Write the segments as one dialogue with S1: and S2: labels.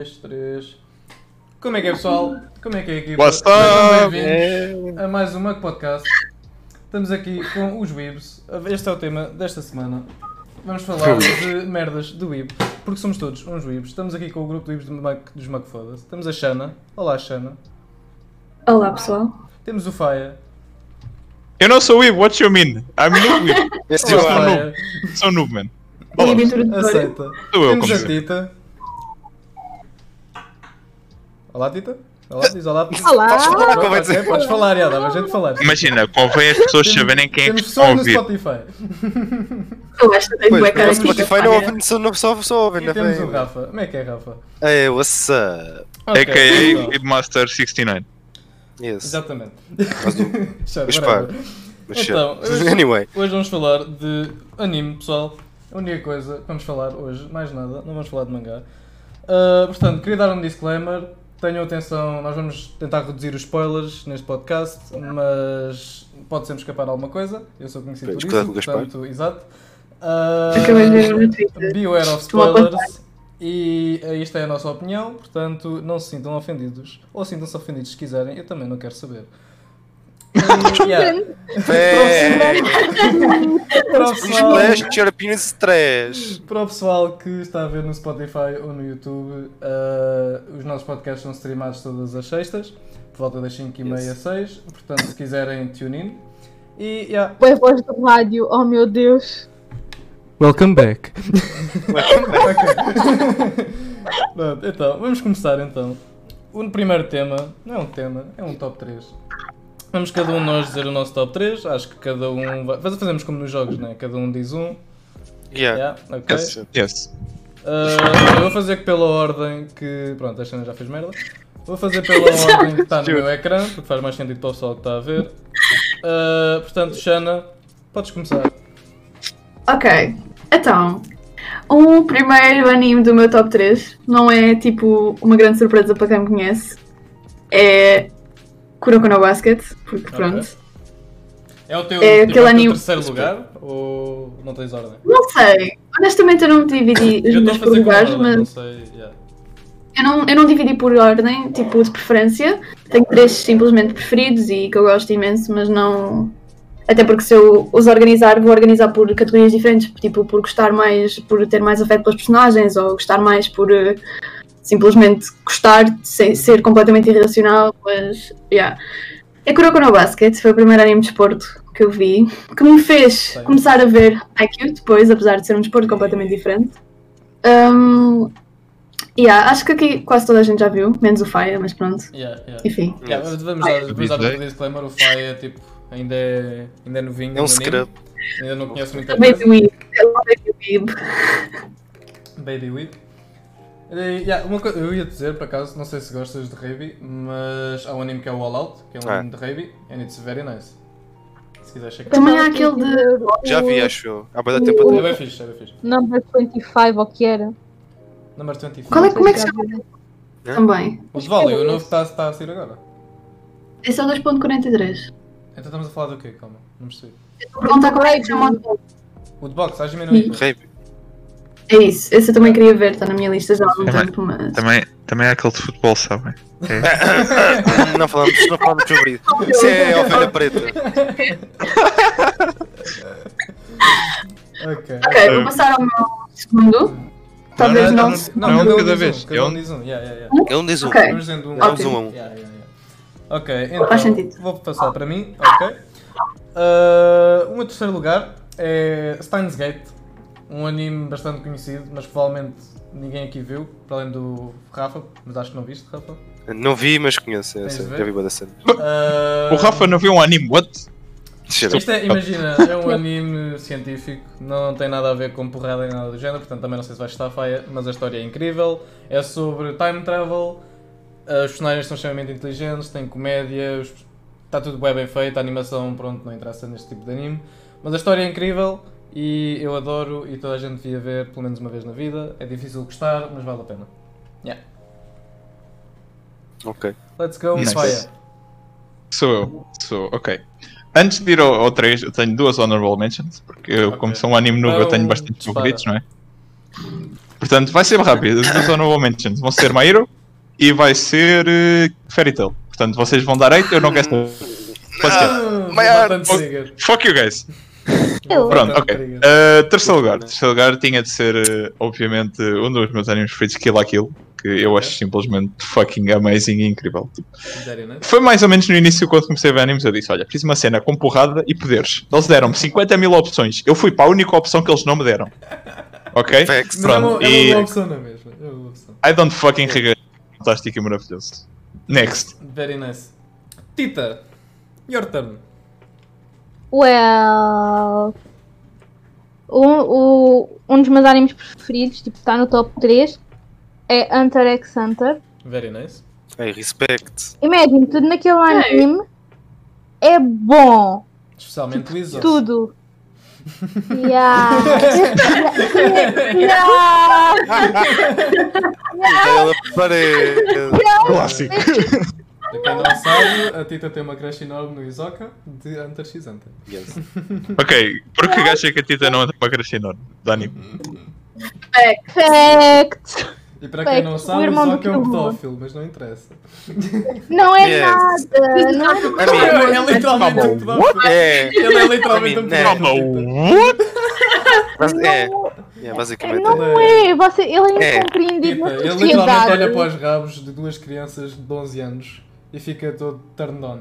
S1: 3, 3. Como é que é, pessoal? Como é que é, equipa?
S2: Lá está!
S1: Sejam bem-vindos a mais uma podcast. Estamos aqui com os Weebs. Este é o tema desta semana. Vamos falar de merdas do Weeb, porque somos todos uns Weebs. Estamos aqui com o grupo de Weebs do Mac, dos Macfodas. Temos a Xana. Olá, Xana.
S3: Olá pessoal.
S1: Temos o Faia.
S2: Eu não sou Weeb, what you mean? I'm noob Weeb.
S1: Olá,
S2: Sim, eu sou
S1: Faia.
S2: Sou noob, man.
S3: Minha
S2: Olá,
S3: aventura de Dora.
S1: Aceita.
S2: Sou eu,
S1: Temos
S2: como
S1: a
S2: sempre.
S1: Tita. Olá, Tita. Olá, diz olá. Tita.
S4: Podes falar
S1: Podes-
S4: como é que
S1: é, Podes falar, já dava gente falar.
S2: Imagina, convém as pessoas saberem quem é que
S1: Temos
S2: estão
S1: pessoal
S2: a
S1: no
S2: ouvir.
S1: Spotify.
S3: Eu acho que tenho
S4: Pois, porque
S3: bué cara
S4: no
S3: de
S4: Spotify
S3: Kika,
S4: não
S3: pá,
S4: ouvem, só, não só, só ouvem,
S1: E
S4: não
S1: temos o
S4: é?
S1: Rafa. Como é que é, Rafa?
S4: Ei, what's up?
S1: Ok,
S2: AKA
S1: então.
S2: Weebmaster69.
S4: Yes.
S1: Exatamente.
S4: Mas do-
S1: Sure,
S4: Mas
S1: whatever.
S4: pá, mas
S1: Então,
S4: shit.
S1: hoje-
S4: um Anyway,
S1: Hoje vamos falar de anime, pessoal. A única coisa que vamos falar hoje, mais nada, não vamos falar de mangá. Ah, portanto, queria dar um disclaimer. Tenham atenção, nós vamos tentar reduzir os spoilers neste podcast, mas pode sempre escapar alguma coisa. Eu sou conhecido
S4: Pois,
S1: por
S4: cuidado
S1: isso,
S4: com o Gaspar.
S1: portanto, exato. Ah,
S3: Acabei de ver no Twitter.
S1: Be aware of
S3: Estou a
S1: spoilers. E eh, isto é a nossa opinião, portanto, não se sintam ofendidos. Ou sintam-se ofendidos se quiserem, eu também não quero saber. E, yeah,
S4: é, Hey,
S1: para o pessoal-
S4: Splash, your opinions trash.
S1: Para o pessoal que está a ver no Spotify ou no YouTube, uh, os nossos podcasts são streamados todas as sextas, por volta das 5h30 a
S4: Yes.
S1: 6. Portanto, se quiserem, tune in. E, yeah.
S5: Foi a voz do rádio, oh meu Deus.
S1: Welcome back. Pronto, então, vamos começar então. O primeiro tema, não é um tema, é um top 3. Vamos cada um de nós dizer o nosso top 3. Acho que cada um vai. faz- Fazemos como nos jogos, né? Cada um diz um.
S4: Yeah.
S1: Yeah, ok.
S2: Yes, yes.
S1: Ah, eu vou fazer pela ordem que. Pronto, a Xana já fez merda. Vou fazer pela ordem que está no meu ecrã, porque faz mais sentido para o pessoal que está a ver. Ah, portanto, Xana, podes começar.
S3: Ok, então. O primeiro anime do meu top 3 não é tipo uma grande surpresa para quem me conhece. É Kuroko no Basket, porque pronto.
S1: É o teu,
S3: É
S1: tipo,
S3: aquele
S1: o teu
S3: anime-
S1: terceiro lugar? Ou não tens ordem?
S3: Não sei, honestamente eu não dividi os
S1: eu estou
S3: meus
S1: a
S3: por
S1: fazer com
S3: lugares,
S1: ordem,
S3: mas
S1: não sei. yeah.
S3: Eu não, eu não dividi por ordem, tipo, de preferência. Tenho três simplesmente preferidos e que eu gosto imenso, mas não. Até porque se eu os organizar, vou organizar por categorias diferentes, tipo, por gostar mais, por ter mais afeto pelas personagens, ou gostar mais por eh, simplesmente gostar, sem ser completamente irracional, mas. Yeah. É Kuroko no Basket, foi o primeiro anime de desporto que eu vi, que me fez
S1: Sim.
S3: começar a ver IQ depois, apesar de ser um desporto completamente diferente. Ahm, Yeah, acho que aqui quase toda a gente já viu, menos o Faia, mas pronto.
S1: Yeah, yeah.
S3: Enfim.
S1: Yeah, mas vamos
S3: Ah, é.
S1: dar, vamos dar
S2: Dislike?
S1: um disclaimer: o Fai é tipo, ainda é, ainda é novinho.
S4: É um
S1: no anime,
S4: scrub.
S1: Ainda não conhece muita coisa.
S3: Baby Weeb. Hello, Baby Weeb.
S1: Baby Whip. Eh, yeah, uma coisa, eu ia dizer, por acaso, não sei se gostas de Raby, mas há um anime que é o All Out, que é um
S4: Ah.
S1: anime de Raby, and it's very nice. Se quiser checar.
S3: Também há aquele de.
S4: Já vi, acho eu. Há bastante tempo
S1: É
S4: atrás.
S1: bem fixe, é bem fixe.
S5: Number 25, ou que era?
S1: Number 25.
S3: Qual é- como que se
S5: Já vi.
S3: Também.
S1: O de Valley, o novo está está a sair agora.
S3: Esse é o 2.43.
S1: Então estamos a falar do quê? Calma, não percebi.
S3: Vou Perguntar como é que se chama o
S2: Hum.
S3: de volta.
S1: O de Box, às diminuído.
S4: Rave.
S3: É isso, esse eu também queria ver, está na minha lista já há algum
S2: Também-
S3: tempo, mas.
S2: Também, também é aquele de futebol, sabem?
S4: Não falamos, não falamos sobre isso. Isso é ovelha preta.
S1: Ok.
S3: Ok, vou passar ao meu segundo. Talvez não.
S2: Não, é um de cada
S1: diz
S2: vez.
S1: Cada um
S2: É um-
S1: diz um, yeah, yeah, yeah.
S4: É um diz um.
S3: Ok.
S1: Vamos dizendo um.
S4: Vamos
S1: Ótimo.
S4: um a um.
S1: Yeah, yeah, yeah. Ok, então
S3: Faz sentido.
S1: vou passar para mim. Ok. Ah, o meu terceiro lugar é Steins Gate, um anime bastante conhecido, mas provavelmente ninguém aqui viu, para além do Rafa, mas acho que não viste, Rafa.
S4: Não vi, mas conheço. eu
S1: Tens
S4: sei,
S1: de ver?
S4: Já vi boa da cena.
S1: Ah,
S2: O Rafa não viu um anime, what?
S4: Shit.
S1: Isto é, imagina, é um anime científico, não tem nada a ver com porrada nem nada do género, portanto também não sei se vai estar faia, mas a história é incrível. É sobre time travel, eh, os personagens são extremamente inteligentes, tem comédia, os- está tudo bem, bem feito, a animação, pronto, não interessa neste tipo de anime. Mas a história é incrível e eu adoro e toda a gente devia ver pelo menos uma vez na vida. É difícil gostar, mas vale a pena. Yeah.
S4: Ok.
S1: Let's go,
S2: Nice.
S1: faia.
S2: Sou eu, sou ok. Antes de ir ao, ao 3, eu tenho duas honorable mentions, porque eu, como
S1: Ok.
S2: sou um anime novo, eu
S1: Então,
S2: tenho bastantes
S1: dispara.
S2: favoritos, não é? Portanto, vai ser rápido. As duas honorable mentions vão ser Mairo e vai ser eh, Fairy Tail. Portanto, vocês vão dar 8, eu não quero saber. Pode ser.
S1: Ah,
S4: Maior-
S1: Bastante trigger.
S2: Fuck you guys.
S5: Eu.
S2: Pronto,
S1: Bastante
S2: ok.
S1: trigger.
S2: Uh, terceiro lugar. Terceiro lugar tinha de ser, uh, obviamente, um dos meus animes favoritos, Kill la Kill, que eu acho simplesmente fucking amazing e incrível. Tipo,
S1: Sério, né?
S2: Foi mais ou menos no início quando comecei a ver animes, eu disse, olha, fiz uma cena com porrada e poderes. Eles deram-me 50 mil opções. Eu fui para a única opção que eles não me deram. Ok?
S4: Vex.
S1: Mas é uma-
S2: Pronto,
S1: é uma
S2: e-
S1: boa opção, não é mesmo? É uma boa opção.
S2: I don't fucking regret. Fantástico e maravilhoso. Next.
S1: Very nice. Tita, your turn.
S5: Well. uh, Um, o, um dos meus animes preferidos, tipo, está no top 3, é Hunter x Hunter.
S1: Very nice.
S4: Ei, respect.
S5: Imagine, tudo naquele anime é bom.
S1: Especialmente o Isos.
S5: Tudo. Yeah. yeah.
S4: Ela parede.
S2: Clássico.
S1: Para quem não sabe, a Tita tem uma crush enorme no Isoka de Hunter x Hunter.
S4: Yes.
S2: ok, por que gajo é que a Tita não anda para crescer enorme? De anime.
S5: Fact.
S1: E para quem não
S5: Perfeito.
S1: sabe,
S5: O
S1: o
S5: irmão do
S1: Isoka é um
S5: Kiruba.
S1: pedófilo, mas não interessa.
S5: Não é
S4: Yes.
S5: nada. Não é
S4: Amigo,
S1: Ele é literalmente um pedófilo.
S4: É.
S1: Ele é literalmente um
S4: Não.
S1: pedófilo.
S2: é
S1: Tita.
S4: Bas- é. É,
S5: É,
S4: basicamente.
S5: não é, você, ele
S4: É.
S5: é incompreendido
S1: Tita,
S5: na
S1: ele literalmente
S5: sociedade.
S1: olha para os rabos de duas crianças de 11 anos e fica todo turned on,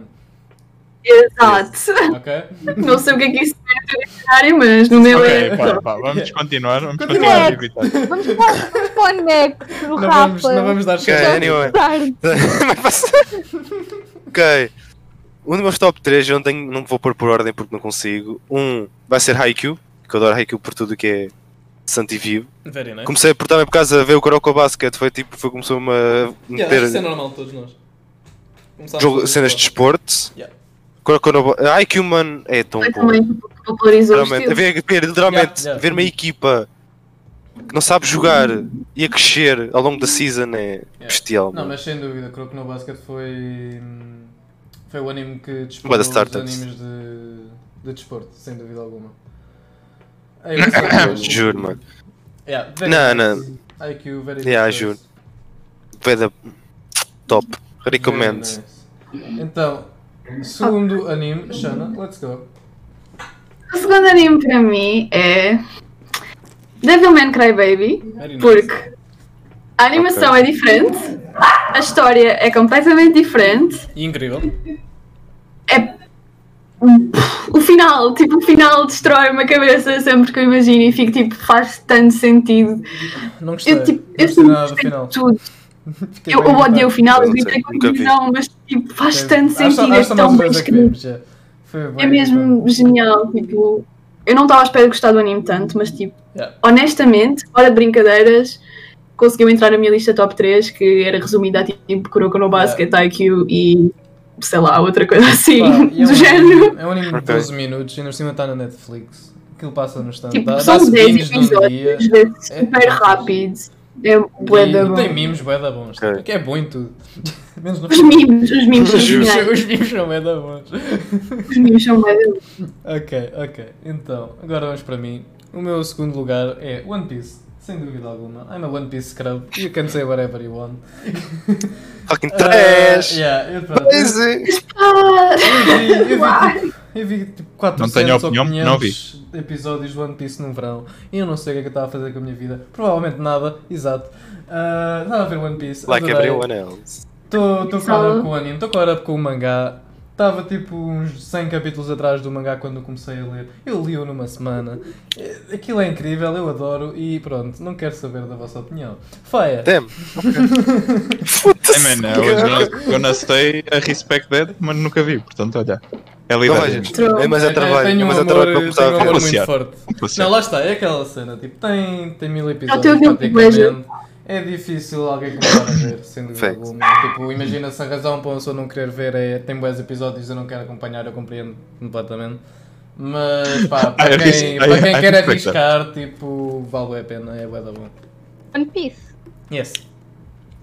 S3: Exato.
S1: ok?
S5: Um
S3: Não sei o que é que isso é tradicionário, mas no meu
S2: Ok,
S3: é.
S2: pá, pá, vamos continuar, vamos
S1: Continua.
S2: continuar a evitar.
S5: Vamos para, vamos para o Nex, o
S1: Não vamos,
S5: Rafa.
S1: não vamos dar
S4: Ok,
S1: chance.
S4: anyway.
S5: Tarde.
S4: Vai passar. ok. Um dos meus top 3 eu não, tenho, não vou pôr por ordem porque não consigo. Um vai ser Haikyuu, que eu adoro Haikyuu por tudo o que é santo e vivo.
S1: Very nice.
S4: Comecei por também por causa de ver o Kuroko Basket, foi tipo, foi começou-me a
S1: Yeah, acho que isso é
S4: meter
S1: normal de todos nós. Começámos
S4: jogo-
S1: por-
S4: cenas de desporto.
S1: Yeah.
S4: Kuroko no Ba- Haikyuu, mano, é tão
S3: Foi
S4: bom.
S3: também que popularizou o
S4: Literalmente,
S3: estilo.
S4: ver, ver, literalmente,
S1: Yeah, yeah.
S4: ver uma equipa que não sabe jogar e a crescer ao longo da season é bestial.
S1: Não,
S4: mano.
S1: mas sem dúvida, Croco no Basket foi. hum, Foi o anime que
S4: Uma
S1: disputou
S4: das
S1: os
S4: startups.
S1: animes de, de desporto, sem dúvida alguma. É isso que eu acho.
S4: Juro, mano.
S1: Yeah, very
S4: Não,
S1: nice. IQ, very
S4: Yeah,
S1: nice.
S4: juro. Veda. Top.
S1: Very
S4: Recomendo.
S1: nice. Então, segundo anime, Shana, let's go.
S3: O segundo anime para mim é. Devilman Crybaby.
S1: Very nice.
S3: Porque a animação é diferente, a história é completamente diferente. é
S1: E Incrível.
S3: um O final, tipo, o final destrói uma cabeça sempre que eu imagino e fico tipo, faz tanto sentido.
S1: Não gostei.
S3: Eu
S1: não
S3: tipo, eu
S1: gostei nada do
S3: gostei
S1: final.
S3: de tudo.
S1: Fiquei
S3: Eu,
S1: bem
S3: eu odeio o
S1: irritado.
S3: final, eu
S4: Não sei,
S3: gritei com
S4: nunca vi.
S3: não, mas tipo, faz tanto
S1: Acho-
S3: sentido,
S1: acho
S3: é
S1: mais
S3: tão
S1: uma
S3: bem
S1: coisa que
S3: escrito.
S1: vimos, yeah. Foi
S3: É
S1: bem irritante.
S3: mesmo genial, tipo, eu não estava à espera de gostar do anime tanto, mas tipo,
S1: Yeah.
S3: honestamente, fora de brincadeiras, conseguiu entrar na minha lista top 3, que era resumida a tipo Kuroko no Basket, IQ e sei lá, outra coisa assim,
S1: Pá, e é
S3: do
S1: um
S3: género.
S1: anime- É um anime de
S4: Ok.
S1: 12 minutos, ainda por cima está na Netflix. Aquilo passa no stand.
S3: Tipo,
S1: dá-
S3: são
S1: dá-se
S3: 10
S1: binges num dia.
S3: episódios, vê-se
S1: É-
S3: super rápidos. É bué
S1: E,
S3: da
S1: e
S3: bom.
S1: tem mimos bué da bons.
S4: Ok.
S1: Que é bom em tudo. Menos no
S3: Os mimos, os mimos são
S1: Os mimos-
S3: geniais.
S1: os mimos são bué da bons.
S3: Os mimos são bué da bons.
S1: ok, ok. Então, agora vamos para mim. O meu segundo lugar é One Piece. Sem dúvida alguma. I'm a One Piece scrub. You can say whatever you want.
S4: Fucking
S1: Ah,
S4: trash!
S1: yeah, eu, pronto, eu-
S4: Crazy!
S3: Ah,
S1: Eu vi, eu vi, tipo- eu vi tipo 400
S2: Não tenho
S1: ou
S2: opinião,
S1: 500
S2: não vi.
S1: episódios do One Piece num verão e eu não sei o que é que eu estava a fazer com a minha vida. Provavelmente nada, exato. Ah, estava a ver One Piece.
S4: Like
S1: adorei.
S4: everyone else.
S1: Estou com a
S3: Só-
S1: hora com o anime, estou com a hora com o mangá. Estava tipo uns 100 capítulos atrás do mangá quando comecei a ler. Eu li-o numa semana. Eh, Aquilo é incrível, eu adoro e pronto, não quero saber da vossa opinião. Faia,
S4: Damn!
S2: I mean, I was gonna, gonna say I respect that, mas nunca vi, portanto, olha. É
S4: Não
S2: lidar.
S4: vejas.
S3: Tro-
S4: É, mas é
S1: tenho-
S4: trabalho. É,
S1: tenho um
S4: mas é
S1: amor,
S4: trabalho para
S1: tenho
S4: começar
S1: um
S4: a
S1: amor
S4: ver.
S1: muito
S2: Passear.
S1: forte. Não,
S2: Passear.
S1: lá está, é aquela cena, tipo, tem, tem mil episódios
S3: teu tempo,
S1: praticamente. É difícil alguém começar a ver, sem dúvida
S4: Fact.
S1: alguma. Tipo, imagina se a razão para uma pessoa não querer ver é tem bons episódios, eu não quero acompanhar, eu compreendo completamente. Mas
S4: Ah,
S1: pá, para
S2: I
S1: quem,
S2: res-
S1: para
S2: I-
S1: quem
S2: I
S1: quer
S2: respect that.
S1: arriscar, tipo, vale a pena, é bué da bom.
S5: One Piece.
S1: Yes,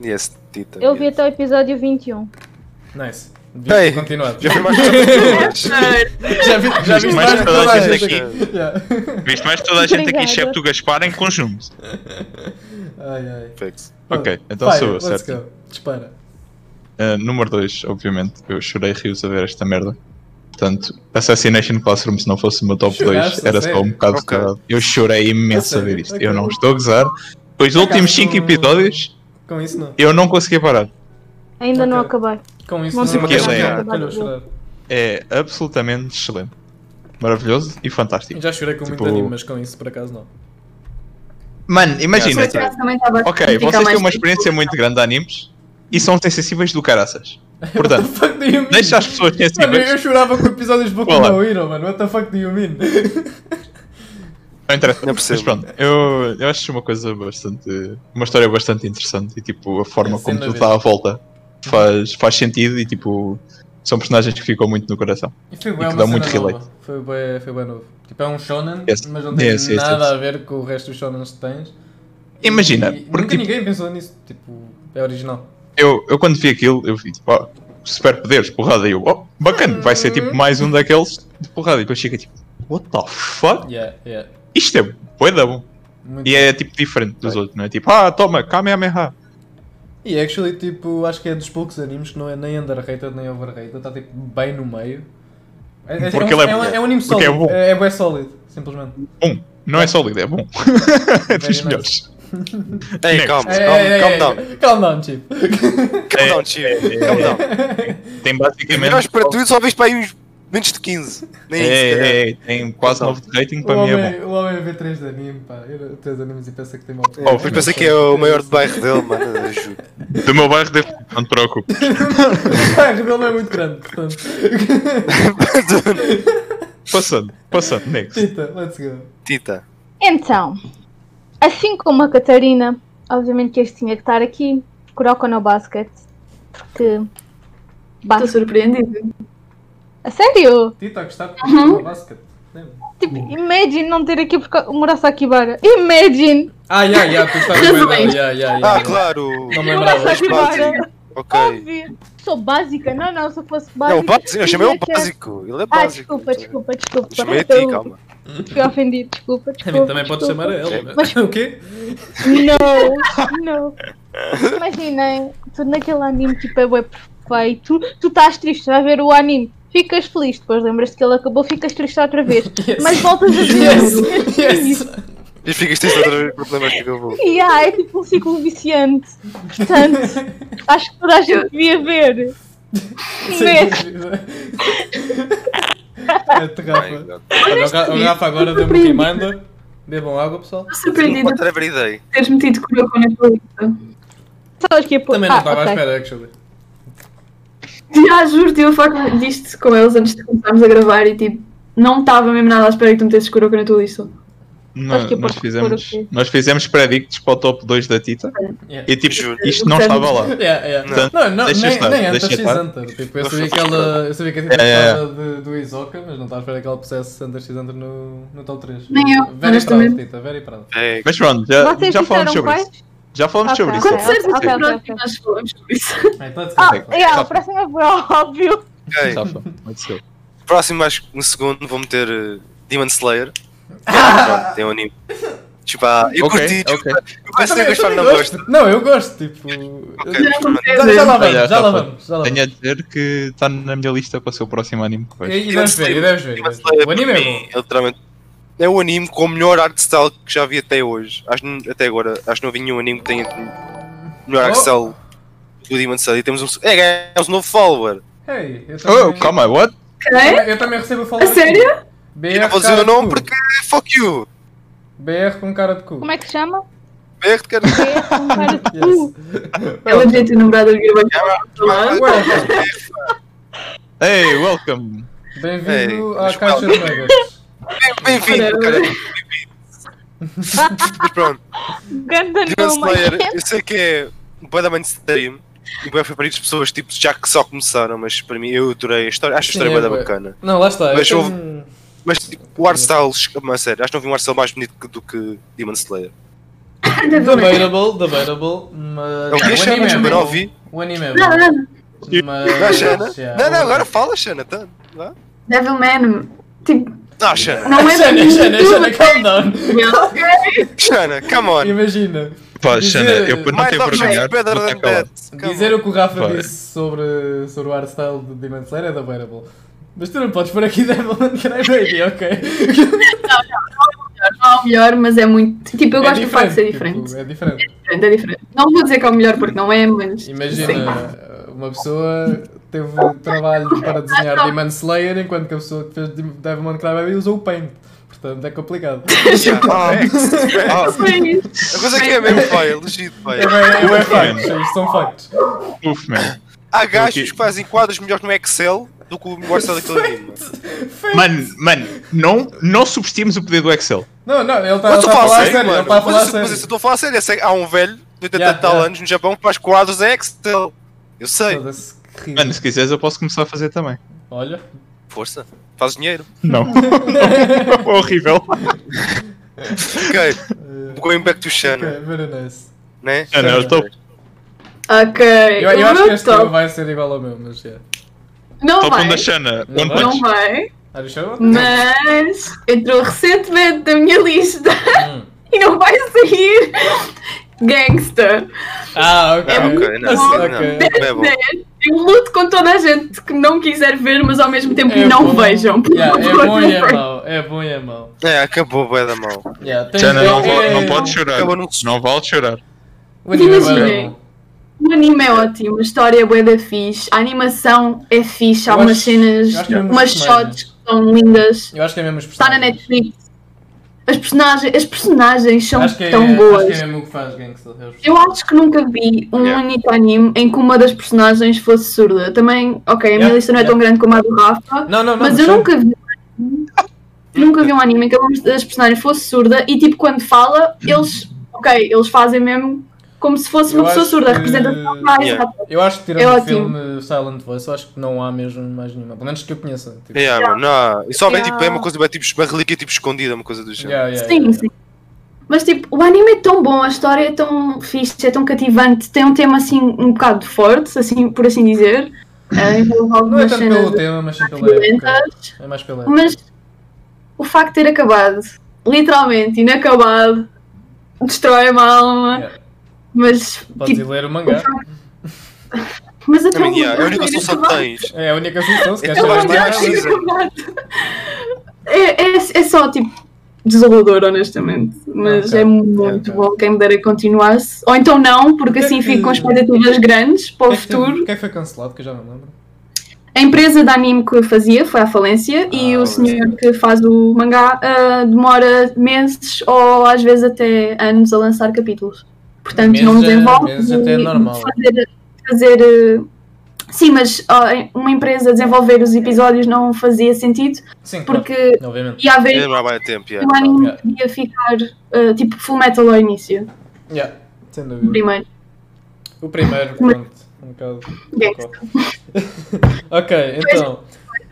S4: Yes, Tita.
S5: um. Eu vi até o episódio 21.
S1: nice. Devia
S4: Ei,
S1: ter continuado.
S4: Já foi mais que todas
S1: Já vi, já vi
S2: Mas
S1: mais que
S2: toda a
S1: toda a
S2: gente
S1: gente
S4: aqui.
S1: aqui. Yeah.
S2: Viste mais toda a gente aqui,
S5: Obrigada.
S2: excepto o Gaspar, em conjunto.
S1: Ai, ai.
S4: Perfeito.
S2: Ok, então
S1: Vai,
S2: sou eu,
S1: let's
S2: certo?
S1: go. Dispara.
S2: Uh, número 2, obviamente. Eu chorei rios a ver esta merda. Portanto, Assassination Classroom, se não fosse o meu top
S1: Choraste,
S2: 2, era só
S1: sério?
S2: um bocado de
S4: Ok.
S2: caralho. Eu chorei imenso a
S1: sério?
S2: ver isto.
S1: Ok.
S2: Eu não estou a gozar. Pois
S1: Por acaso,
S2: os últimos 5
S1: não-
S2: episódios,
S1: Com isso não.
S2: eu não consegui parar.
S5: Ainda não
S1: Ok.
S5: acabei.
S1: Com isso
S5: Mas
S1: não.
S4: porque ele é-
S1: Olha, eu chorar.
S2: É absolutamente excelente. Maravilhoso e fantástico.
S1: Já chorei com muito
S2: Tipo-
S1: anime, mas com isso por acaso não.
S2: Mano, imagina.
S4: Yeah,
S3: Mas
S2: tipo,
S3: eu também estava a
S2: ok,
S3: criticar
S2: vocês têm
S3: mais
S2: uma experiência muito grande de animes e são sensíveis do caraças.
S1: What the
S2: Portanto,
S1: fuck do you mean?
S2: deixa as pessoas
S1: Mano, eu
S2: sensíveis.
S1: chorava com episódios de Boku
S2: Olá.
S1: no Hero, mano. What the fuck do you mean?
S2: Não interessa.
S4: Não
S2: Mas
S4: percebo.
S2: pronto, eu, eu acho uma coisa bastante. Uma história bastante interessante e tipo a forma
S1: Sem
S2: como tudo
S1: dúvida.
S2: dá à volta faz, faz sentido e tipo. São personagens que ficam muito no coração.
S1: E foi
S2: E
S1: bem uma
S2: que dá
S1: cena
S2: muito
S1: nova.
S2: relate.
S1: Foi bem, foi bem novo. Tipo, é um shonen,
S2: Yes.
S1: mas não tem
S2: Yes, yes,
S1: nada
S2: yes.
S1: a ver com o resto dos shonens que tens.
S2: Imagina,
S1: E
S2: porque
S1: nunca
S2: tipo,
S1: ninguém pensou nisso. Tipo, é original.
S2: eu, eu quando vi aquilo, eu vi tipo, ó, superpoderes, porrada, e eu, ó, bacana, vai ser
S1: Uhum.
S2: tipo mais um daqueles de porrada. E depois chega tipo, what the fuck?
S1: Yeah, yeah.
S2: Isto é bué da bom.
S1: Muito
S2: E é tipo diferente dos outros, não é? Tipo, ah, toma, Kamehameha.
S1: E actually, tipo, acho que é dos poucos animes que não é nem underrated nem overrated, está tipo bem no meio. É, é-
S2: Porque
S1: é um,
S2: ele é
S1: é um-
S2: bom.
S1: é um anime
S2: Porque
S1: sólido.
S2: é bom.
S1: É, é bué sólido, simplesmente.
S2: Bom, não é sólido, é bom. É dos
S1: Very
S2: melhores.
S4: Ei,
S2: Next.
S4: calma,
S1: Ei, ei,
S4: calma, calm
S1: ei,
S4: down.
S1: Calm down, tipo.
S4: Calm down, chill. Calm down.
S2: Tem
S4: Melhores
S2: basicamente.
S4: para tu só vês para aí uns menos de 15. Nem isso, se calhar.
S2: É, é, tem quase
S4: Calm down.
S2: 9 de rating,
S1: O
S2: para mim é bom.
S1: homem, o homem vê 3 de anime, pá. Eu- Três animes e pensa que tem uma opinião.
S2: Oh,
S4: Depois pensei que é o maior de bairro dele, mano. eu juro.
S2: Do meu bairro, devo... não te preocupes.
S1: Ah, o dele não é muito grande, portanto.
S2: Passando, passando, next.
S1: Tita, let's go.
S4: Tita.
S5: Então, assim como a Catarina, obviamente que este tinha que estar aqui, Kuroko no Basket, porque...
S3: Estou
S5: Basket.
S3: surpreendida.
S5: A sério?
S1: Tita, a gostar de uhum. basket.
S5: Tipo, imagine não ter aqui porque o Murasaki Bara. Imagine!
S1: Ah, já, já, tu estás bem.
S3: Razões.
S1: Yeah, yeah, yeah.
S4: Ah, claro! é
S1: Não me lembrava.
S5: Murasaki Bara!
S4: Ok.
S5: Óbvio! Sou básica, não, não, se eu fosse
S4: É
S5: básica.
S4: o básico, eu chamei o
S5: tinha que-
S4: básico. Ele é
S5: Ah,
S4: básico.
S5: desculpa, desculpa, desculpa.
S4: Chamei a ti,
S5: Eu
S4: calma.
S5: Fui ofendido, desculpa,
S1: A
S5: desculpa.
S1: mim também podes chamar
S5: desculpa.
S1: a ela.
S4: desculpa.
S1: Mas o quê?
S5: Não, não. Imaginem, tu naquele anime tipo é bué perfeito, tu estás triste, vai ver o anime, ficas feliz, depois lembras-te que ele acabou, ficas triste outra vez,
S1: Yes.
S5: mas voltas a ver.
S1: Yes, yes.
S4: E ficas triste outra vez com o problema que eu vou.
S5: E ah, é tipo um ciclo viciante. Portanto, acho que toda a gente devia ver.
S1: Sem dúvida. É de Rafa. Olha, o Ra- o Rafa agora deu-me queimando. Bebam água, pessoal.
S3: Estou
S4: Não
S3: surpreendida
S4: pode ter every day.
S3: por teres metido Kuroko na tua lista.
S5: Sabes que é por...
S1: Também não estava
S5: ah,
S1: à
S5: ok.
S1: espera, actually.
S3: Já juro, tive a falar disto com eles antes de começarmos a gravar e tipo, não estava mesmo nada à espera que tu metesses Kuroko na tua lista.
S2: Nó-
S5: Acho que é
S2: nós,
S5: por-
S2: fizemos,
S5: por aqui.
S2: nós fizemos predicts para o top 2 da Tita
S1: Yeah.
S2: e tipo,
S4: Juro.
S2: isto não estava lá.
S1: Yeah, yeah.
S2: Não.
S1: Não, não,
S2: Deixa
S1: nem,
S2: estar,
S1: nem antes
S2: deixa
S1: X
S2: estar.
S1: Hunter. Tipo, eu
S4: Deixa
S1: sabia que
S4: estar.
S1: ela. Eu sabia que a
S2: É, é, é.
S1: Tita gostava de- do Isoca, mas não estava à espera que ela pusesse Hunter X Hunter no, no top 3.
S3: Nem eu,
S1: Very proud,
S3: honestamente.
S1: Tita, very proud.
S4: É,
S2: Mas pronto, já,
S5: Vocês
S2: já falamos
S5: disseram
S2: sobre
S5: quais?
S2: isso. Já falamos
S5: Ok.
S2: sobre isso.
S3: Quando disseres
S5: ok,
S3: okay,
S5: ok,
S3: okay,
S5: ok.
S3: nós falamos sobre isso.
S1: Right, let's go.
S5: Ah,
S2: Ok.
S5: é, a próxima foi óbvio.
S4: ok.
S2: Já falamos, aconteceu.
S4: Próximo, acho que no segundo, vou meter eh, Demon Slayer. Pronto, Tem um anime. Tipo, ah, eu
S2: Ok,
S4: curti.
S2: ok.
S4: Eu quase
S1: também-
S4: sei gostar,
S1: também
S4: não
S1: gosto.
S4: gosto.
S1: Não, eu gosto, tipo. eu-
S4: Ok. tá
S3: Já aconteceu.
S1: Já, já Então, lá
S2: Olha,
S1: vamos, já lá
S2: Rafa,
S1: vamos. Já lá
S2: Tenho
S1: vamos.
S2: a dizer que está na minha lista para o seu próximo anime. que vai.
S1: E e deves ver, e deves ver. e
S4: Demon
S1: deves ver.
S4: Slayer,
S1: O anime
S4: para
S1: é
S4: mim,
S1: bom.
S4: é literalmente. É o anime com o melhor art style que já vi até hoje. Acho, que até agora, acho que não vi nenhum anime que tenha o melhor art
S1: Oh.
S4: style do Demon Slayer. E temos um. É, é um novo follower.
S1: Hey, eu também.
S2: Oh, calma, what?
S3: Ok?
S1: Eu também recebo a falar.
S3: A
S1: aqui.
S3: sério?
S1: BR
S4: Eu não vou dizer
S1: É cara
S4: o
S1: de
S4: nome
S1: cu.
S4: porque. Fuck you!
S1: BR com cara de cu.
S5: Como é que se chama?
S4: Berto, cara.
S5: É, um cara de cu.
S1: Yes.
S3: Ela devia ter namorado a
S1: é?
S3: gravar.
S1: Welcome.
S2: Hey, welcome!
S1: Bem-vindo
S4: Ei,
S1: à
S4: mas
S1: caixa de
S4: calma.
S1: nuggets.
S4: Bem-vindo, cara. Mas pronto.
S5: Ganda
S4: Demon
S5: numa.
S4: Slayer, eu sei que é um boi da mainstream e boi favorito de pessoas tipo, já que só começaram, mas para mim eu adorei a história, acho a
S1: Sim,
S4: história
S1: é
S4: bué da
S1: bué.
S4: bacana.
S1: Não, lá está. eu
S4: Mas
S1: tenho- um
S4: Mas tipo, o art style, escapa-me a sério, acho que não vi um art style mais bonito que- do que Demon Slayer.
S1: Debatable, debatable, mas.
S4: É um
S1: o
S4: bicho,
S1: anime
S4: mas
S1: é
S4: eu não
S1: bom.
S4: vi.
S1: O anime é
S3: Nada,
S1: bom.
S3: nada.
S1: Mas.
S4: Não, Xana.
S1: yeah,
S4: Não, não,
S1: vou-
S4: agora fala, Xana. Tá, vá.
S3: Devilman, tipo,
S4: Não, Xana.
S3: não é
S1: Xana,
S3: bem
S1: Xana,
S3: tudo.
S1: Xana, calm down.
S4: Xana, come on.
S1: Imagina.
S2: Pá,
S1: Dizer-
S2: Xana, eu para não
S4: Mais
S2: ter
S4: opções
S2: vergonha. vou
S4: better than
S2: estar calado.
S4: that. Come
S1: Dizer
S4: on.
S1: o que o Rafa
S2: Vai.
S1: disse sobre, sobre o art style de Demon Slayer é da Bearable. Mas tu não podes pôr aqui Devilman Crybaby, é ok?
S3: Não é o melhor, mas é muito. Tipo, eu gosto do facto de ser
S1: diferente, tipo,
S3: diferente.
S1: é diferente.
S3: Diferente, É diferente. Não vou dizer que é o melhor porque não é, mas.
S1: Imagina, uma pessoa teve trabalho para desenhar Demon Slayer enquanto que a pessoa que fez Devilman Crybaby usou o Paint. Portanto, é complicado.
S4: Yeah, facts.
S2: Ah,
S3: Sim.
S4: A coisa aqui é mesmo, pai. É legítimo, pai.
S1: É, bem- é bem factos, isto são factos.
S2: Ah, uf, man.
S4: Há gajos que fazem quadros melhores no Excel do que o gosta daquele anime.
S2: Mano, mano, não, não subestimes o poder do Excel.
S1: Não, não, ele está
S4: Mas
S1: ele
S4: estou
S1: tá a
S4: a
S1: falar a
S4: falar
S1: sério,
S4: sério,
S1: ele
S4: mano.
S1: está a falar a
S4: Mas mas isso eu
S1: sério.
S4: estou a falar sério. é sério. Há um velho de 80
S1: Yeah,
S4: e tal
S1: yeah.
S4: anos no Japão que faz quadros em Excel. Eu sei.
S1: Foda-se, que ridículo.
S2: Mano, se quiseres eu posso começar a fazer também.
S1: Olha.
S4: Força. Faz dinheiro.
S2: Não. É horrível.
S4: Ok.
S1: eh,
S4: Going back to Shana,
S1: Ok, very nice.
S4: né?
S2: Não, não, eu tô-
S3: Ok.
S1: Eu, eu acho que este
S3: Top.
S1: teu vai ser igual ao meu, mas é.
S3: Não
S2: Top 1
S3: vai.
S2: da Xana.
S1: Não vai?
S2: One Punch.
S3: Não vai.
S1: Are you sure?
S3: Mas entrou recentemente da minha lista
S1: Hum.
S3: e não vai sair. Gangsta.
S1: Ah, ok.
S4: Não, É ok, não,
S1: Ah,
S4: não,
S1: ok.
S4: não. É bom.
S3: Eu luto com toda a gente que não quiser ver, mas ao mesmo tempo
S1: É
S3: não
S1: bom.
S3: vejam. por
S1: Yeah, é
S3: favor,
S1: bom
S3: não
S1: e é
S3: vejam.
S1: mau. É bom e é mau.
S4: É, acabou bué da mão.
S1: Yeah, tens-
S2: Xana, não,
S1: é-
S2: vo-
S1: é-
S2: não pode chorar.
S4: Acabou num-
S2: Não vale chorar.
S1: What do you mean by
S3: Imaginem.
S1: bom?
S3: O anime é ótimo, a história é bué da fixe, a animação é fixe, há
S1: Eu
S3: umas
S1: acho-
S3: cenas,
S1: eu acho que é muito
S3: umas
S1: bem.
S3: shots que são lindas.
S1: Eu acho que é mesmo os
S3: Está na
S1: personagens.
S3: Netflix. As personagens, as personagens são
S1: Acho que é,
S3: tão
S1: Acho
S3: boas.
S1: que é mesmo o que faz Gangsta. é os-
S3: Eu acho que nunca vi um
S4: Yeah.
S3: único anime em que uma das personagens fosse surda. Também, ok, a minha
S1: Yeah,
S3: lista não é
S1: yeah.
S3: tão grande como a do Rafa,
S1: Não, não, não.
S3: mas eu
S1: são-
S3: nunca vi. um Nunca vi um anime em que uma das personagens fosse surda e, tipo, quando fala, eles, ok, eles fazem mesmo como se fosse
S1: Eu
S3: uma pessoa
S1: acho
S3: surda,
S1: que-
S3: representação mais
S4: Yeah.
S3: rápida.
S1: Eu acho que tirando
S3: É
S1: o
S3: ótimo.
S1: filme Silent Voice, eu acho que não há mesmo mais nenhuma. Pelo menos que eu conheça. Tipo,
S4: Yeah, mano, não. E só vem
S3: Yeah.
S4: tipo, é uma coisa, bem, tipo, uma relíquia tipo escondida, uma coisa do género.
S1: yeah, yeah,
S3: Sim,
S1: yeah.
S3: sim. Mas tipo, o anime é tão bom, a história é tão fixe, é tão cativante, tem um tema assim um bocado forte, assim, por assim dizer. eh, envolve
S1: Não é
S3: algumas
S1: tanto pelo
S3: cenas
S1: tema, mas sim pela época.
S3: violentas,
S1: É mais pela época.
S3: mas o facto de ter acabado, literalmente inacabado, destrói-me a alma.
S1: Yeah.
S3: Mas,
S1: Podes ir
S3: tipo,
S1: ler o mangá.
S3: mas até
S4: I mean,
S3: o
S4: yeah, É a
S3: mangá
S4: única
S3: ter
S4: solução que
S3: acabado.
S4: tens.
S1: É a única solução, se queres
S4: Eu
S3: O
S1: saber
S4: acho
S1: mais.
S4: que acho
S3: mangá ter
S4: isso.
S3: acabado. É, é, é só tipo desolador, honestamente. Mas
S1: Ok,
S3: é muito
S1: ok.
S3: bom quem me dera continuasse. Ou então não, porque
S1: O que é
S3: assim
S1: que-
S3: fico com expectativas grandes para
S1: O
S3: o
S1: que é que teve-
S3: futuro.
S1: O que é que foi cancelado? Que eu já não lembro.
S3: A empresa de anime que eu fazia foi à falência e
S1: Ah,
S3: o
S1: ok.
S3: senhor que faz o mangá ah, demora meses ou às vezes até anos a lançar capítulos. Portanto, não
S1: Meses é-
S3: desenvolve.
S1: meses até é
S3: e
S1: normal.
S3: Fazer, fazer, ah, sim, mas ah, uma empresa desenvolver os episódios não fazia sentido
S1: Sim, claro.
S3: porque
S1: Obviamente.
S3: ia haver
S4: É, não há bem tempo, yeah.
S3: o anime
S1: Yeah.
S3: podia ficar ah, tipo full metal ao início,
S1: Yeah, sem dúvida.
S3: primeiro.
S1: O primeiro, pronto. Um bocado.
S3: Gangsta.
S1: ok, então.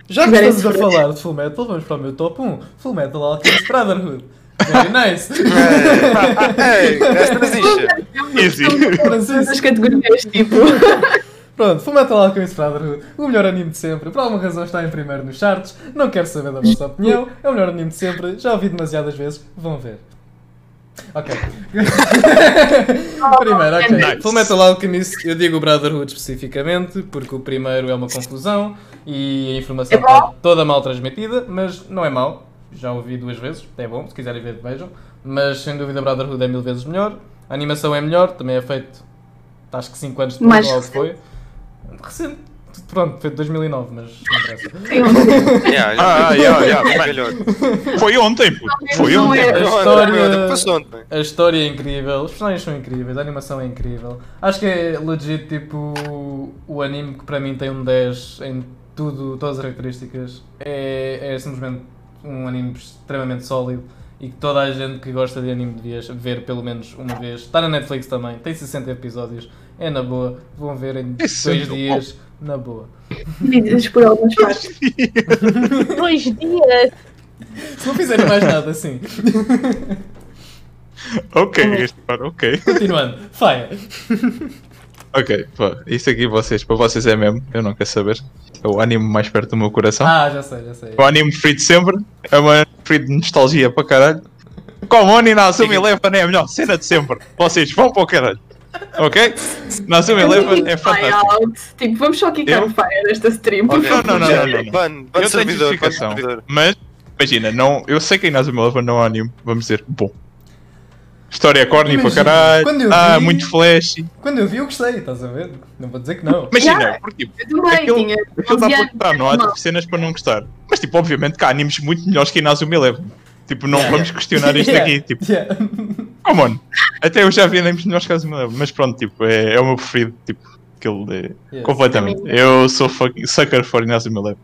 S1: Já que
S3: Agora é
S1: estamos a
S3: sobre-
S1: falar de Full Metal, vamos para o meu top 1. Full Metal Alchemist Brotherhood. Very nice.
S4: É. Ei, esta transition.
S2: Easy.
S1: Francisco.
S3: As categorias tipo.
S1: Pronto, Full Metal Alchemist Brotherhood, o melhor anime de sempre. Por alguma razão está em primeiro nos charts. Não quero saber da vossa opinião. É o melhor anime de sempre. Já ouvi demasiadas vezes. Vão ver. Ok. primeiro, ok.
S2: Nice.
S1: Full Metal Alchemist, eu digo o Brotherhood especificamente, porque o primeiro é uma confusão e a informação
S3: É bom?
S1: está toda mal transmitida, mas não é mau. Já ouvi duas vezes, é bom, se quiserem ver, vejam. Mas sem dúvida Brotherhood é mil vezes melhor. A animação é melhor, também é feito acho que 5 anos depois,
S3: Mais
S1: ou algo que foi. Recente. Pronto, foi de 2009, mas não interessa.
S4: Yeah, já-
S2: Ah, ah, yeah, yeah,
S4: é
S2: man.
S4: melhor.
S2: Foi ontem, puto. Foi
S3: Não
S2: ontem.
S3: é.
S1: A
S4: Olha, Passou
S1: história,
S4: ontem.
S1: a história é incrível, os personagens são incríveis, a animação é incrível. Acho que é legit tipo o anime que para mim tem um 10 em tudo, todas as características. É, é simplesmente um anime extremamente sólido e que toda a gente que gosta de anime devia ver pelo menos uma vez. Está na Netflix também, tem 60 episódios, é na boa, vão ver em
S2: É
S1: dois
S2: sempre bom.
S1: dias, na boa.
S3: Divididos por algumas partes.
S5: Dois dias.
S1: Se não fizerem mais nada, sim.
S2: Ok, este par, ok.
S1: Continuando. Fire.
S2: Ok, pá, isso aqui vocês, para vocês é mesmo, eu não quero saber. É o anime mais perto do meu coração.
S1: Ah, já sei, já sei.
S2: É o anime free de sempre, é um anime free de nostalgia para caralho. Como Oni Nasumi Eleven é a melhor cena de sempre. Vocês vão para o caralho. Ok? Nasumi Eleven é fantástico.
S3: Buyout. Tipo, vamos só quicar
S2: Eu?
S3: o fire nesta stream. por
S4: Ok,
S3: favor.
S2: não, não,
S4: já.
S2: não, não, não.
S4: Ban, ban
S2: Eu tenho
S4: servidor, ban
S2: justificação,
S4: servidor.
S2: mas imagina, não, eu sei que Inazuma Eleven não é um anime, vamos dizer, bom. História corny para
S1: Imagina,
S2: caralho,
S1: quando eu
S2: ah,
S1: vi-
S2: muito flash.
S1: Quando eu vi, eu gostei, estás a ver? Não vou dizer que não.
S2: Imagina,
S3: Yeah.
S2: porque tipo,
S3: Eu
S4: é
S3: também
S2: aquilo,
S3: tinha
S2: aquilo dá
S3: 11
S2: para gostar,
S3: anos,
S2: não há
S3: era
S2: tipo, cenas para não gostar. Mas tipo, obviamente que há animes muito melhores que Inazuma Eleven. Tipo, não vamos questionar isto
S1: Yeah,
S2: aqui, tipo,
S1: yeah.
S2: come on. Até eu já vi animes melhores que Inazuma Eleven, mas pronto, tipo, é, é o meu preferido, tipo, aquele de...
S1: Yes.
S2: Completamente. Eu sou fucking sucker for Inazuma Eleven.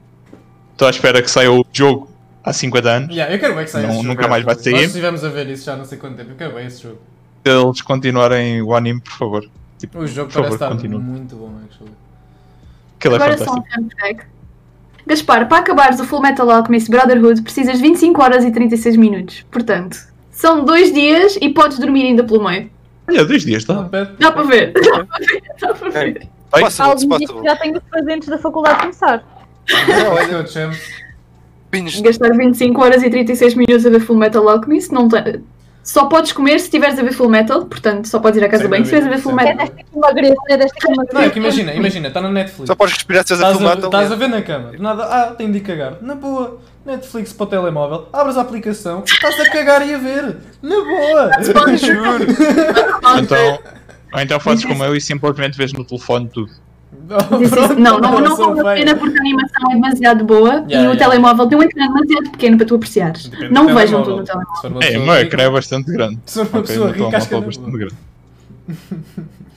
S2: Estou à espera que saia o jogo há 50 anos.
S1: Yeah, eu quero bem que saia
S2: Não-
S1: esse jogo.
S2: nunca mais vai sair.
S1: Nós estivemos a ver isso já há não sei quanto tempo. Eu quero bem esse jogo.
S2: Se eles continuarem o anime, por favor. Tipo,
S1: O jogo
S2: por favor,
S1: parece estar
S2: continue.
S1: muito bom, actually.
S2: Aquilo é
S3: Agora só um
S2: fantástico.
S3: fun fact. Gaspar, para acabares o Full Metal Alchemist Brotherhood precisas de 25 horas e 36 minutos. Portanto, são dois dias e podes dormir ainda pelo meio.
S2: Olha, dois dias,
S3: Ah.
S1: Não,
S2: tá?
S1: pera-
S3: Dá para ver. Dá para ver. Dá para ver.
S2: Ai.
S4: Possible,
S5: Alguns dias
S4: possible.
S5: que já tenho de fazer antes da faculdade começar.
S1: Olha, o champ.
S4: Pinos.
S3: Gastar 25 horas e 36 minutos a ver Full Metal Alchemist não tem- Só podes comer se estiveres a ver Full Metal, portanto, só podes ir à casa
S1: Sem
S3: bem se estiveres a ver
S1: dúvida, sem
S3: Full
S5: É
S3: Metal.
S5: desta que emagreço, é desta que
S1: Não, é que
S5: emagreço.
S1: imagina, imagina, está na Netflix.
S4: Só podes respirar se
S1: Estás
S4: estás a
S1: a,
S4: filmar.
S1: ver-
S4: tá
S1: estás a
S4: ligado?
S1: ver na cama, do nada, ah, tenho de ir cagar. Na boa, Netflix para o telemóvel, abres a aplicação, estás a cagar e a ver. Na boa!
S4: Juro.
S2: Então, ou então fazes como eu e simplesmente vês no telefone tudo.
S3: Disse isso.
S1: Pronto,
S3: não, não, não
S1: sou
S3: vale a
S1: feio.
S3: pena porque a animação é demasiado boa e
S1: Yeah,
S3: o
S1: yeah.
S3: telemóvel tem um ecrã demasiado pequeno para tu apreciares.
S1: Depende do
S3: não vejam
S1: telemóvel.
S3: tudo então.
S1: Se
S3: no telemóvel.
S1: for É uma
S2: É, o
S1: pessoa
S2: meu
S1: rica-
S2: ecrã é bastante grande.
S1: Se for uma
S2: Ok,
S1: pessoa
S2: o meu
S1: rica, acho que
S2: telemóvel
S1: é
S2: é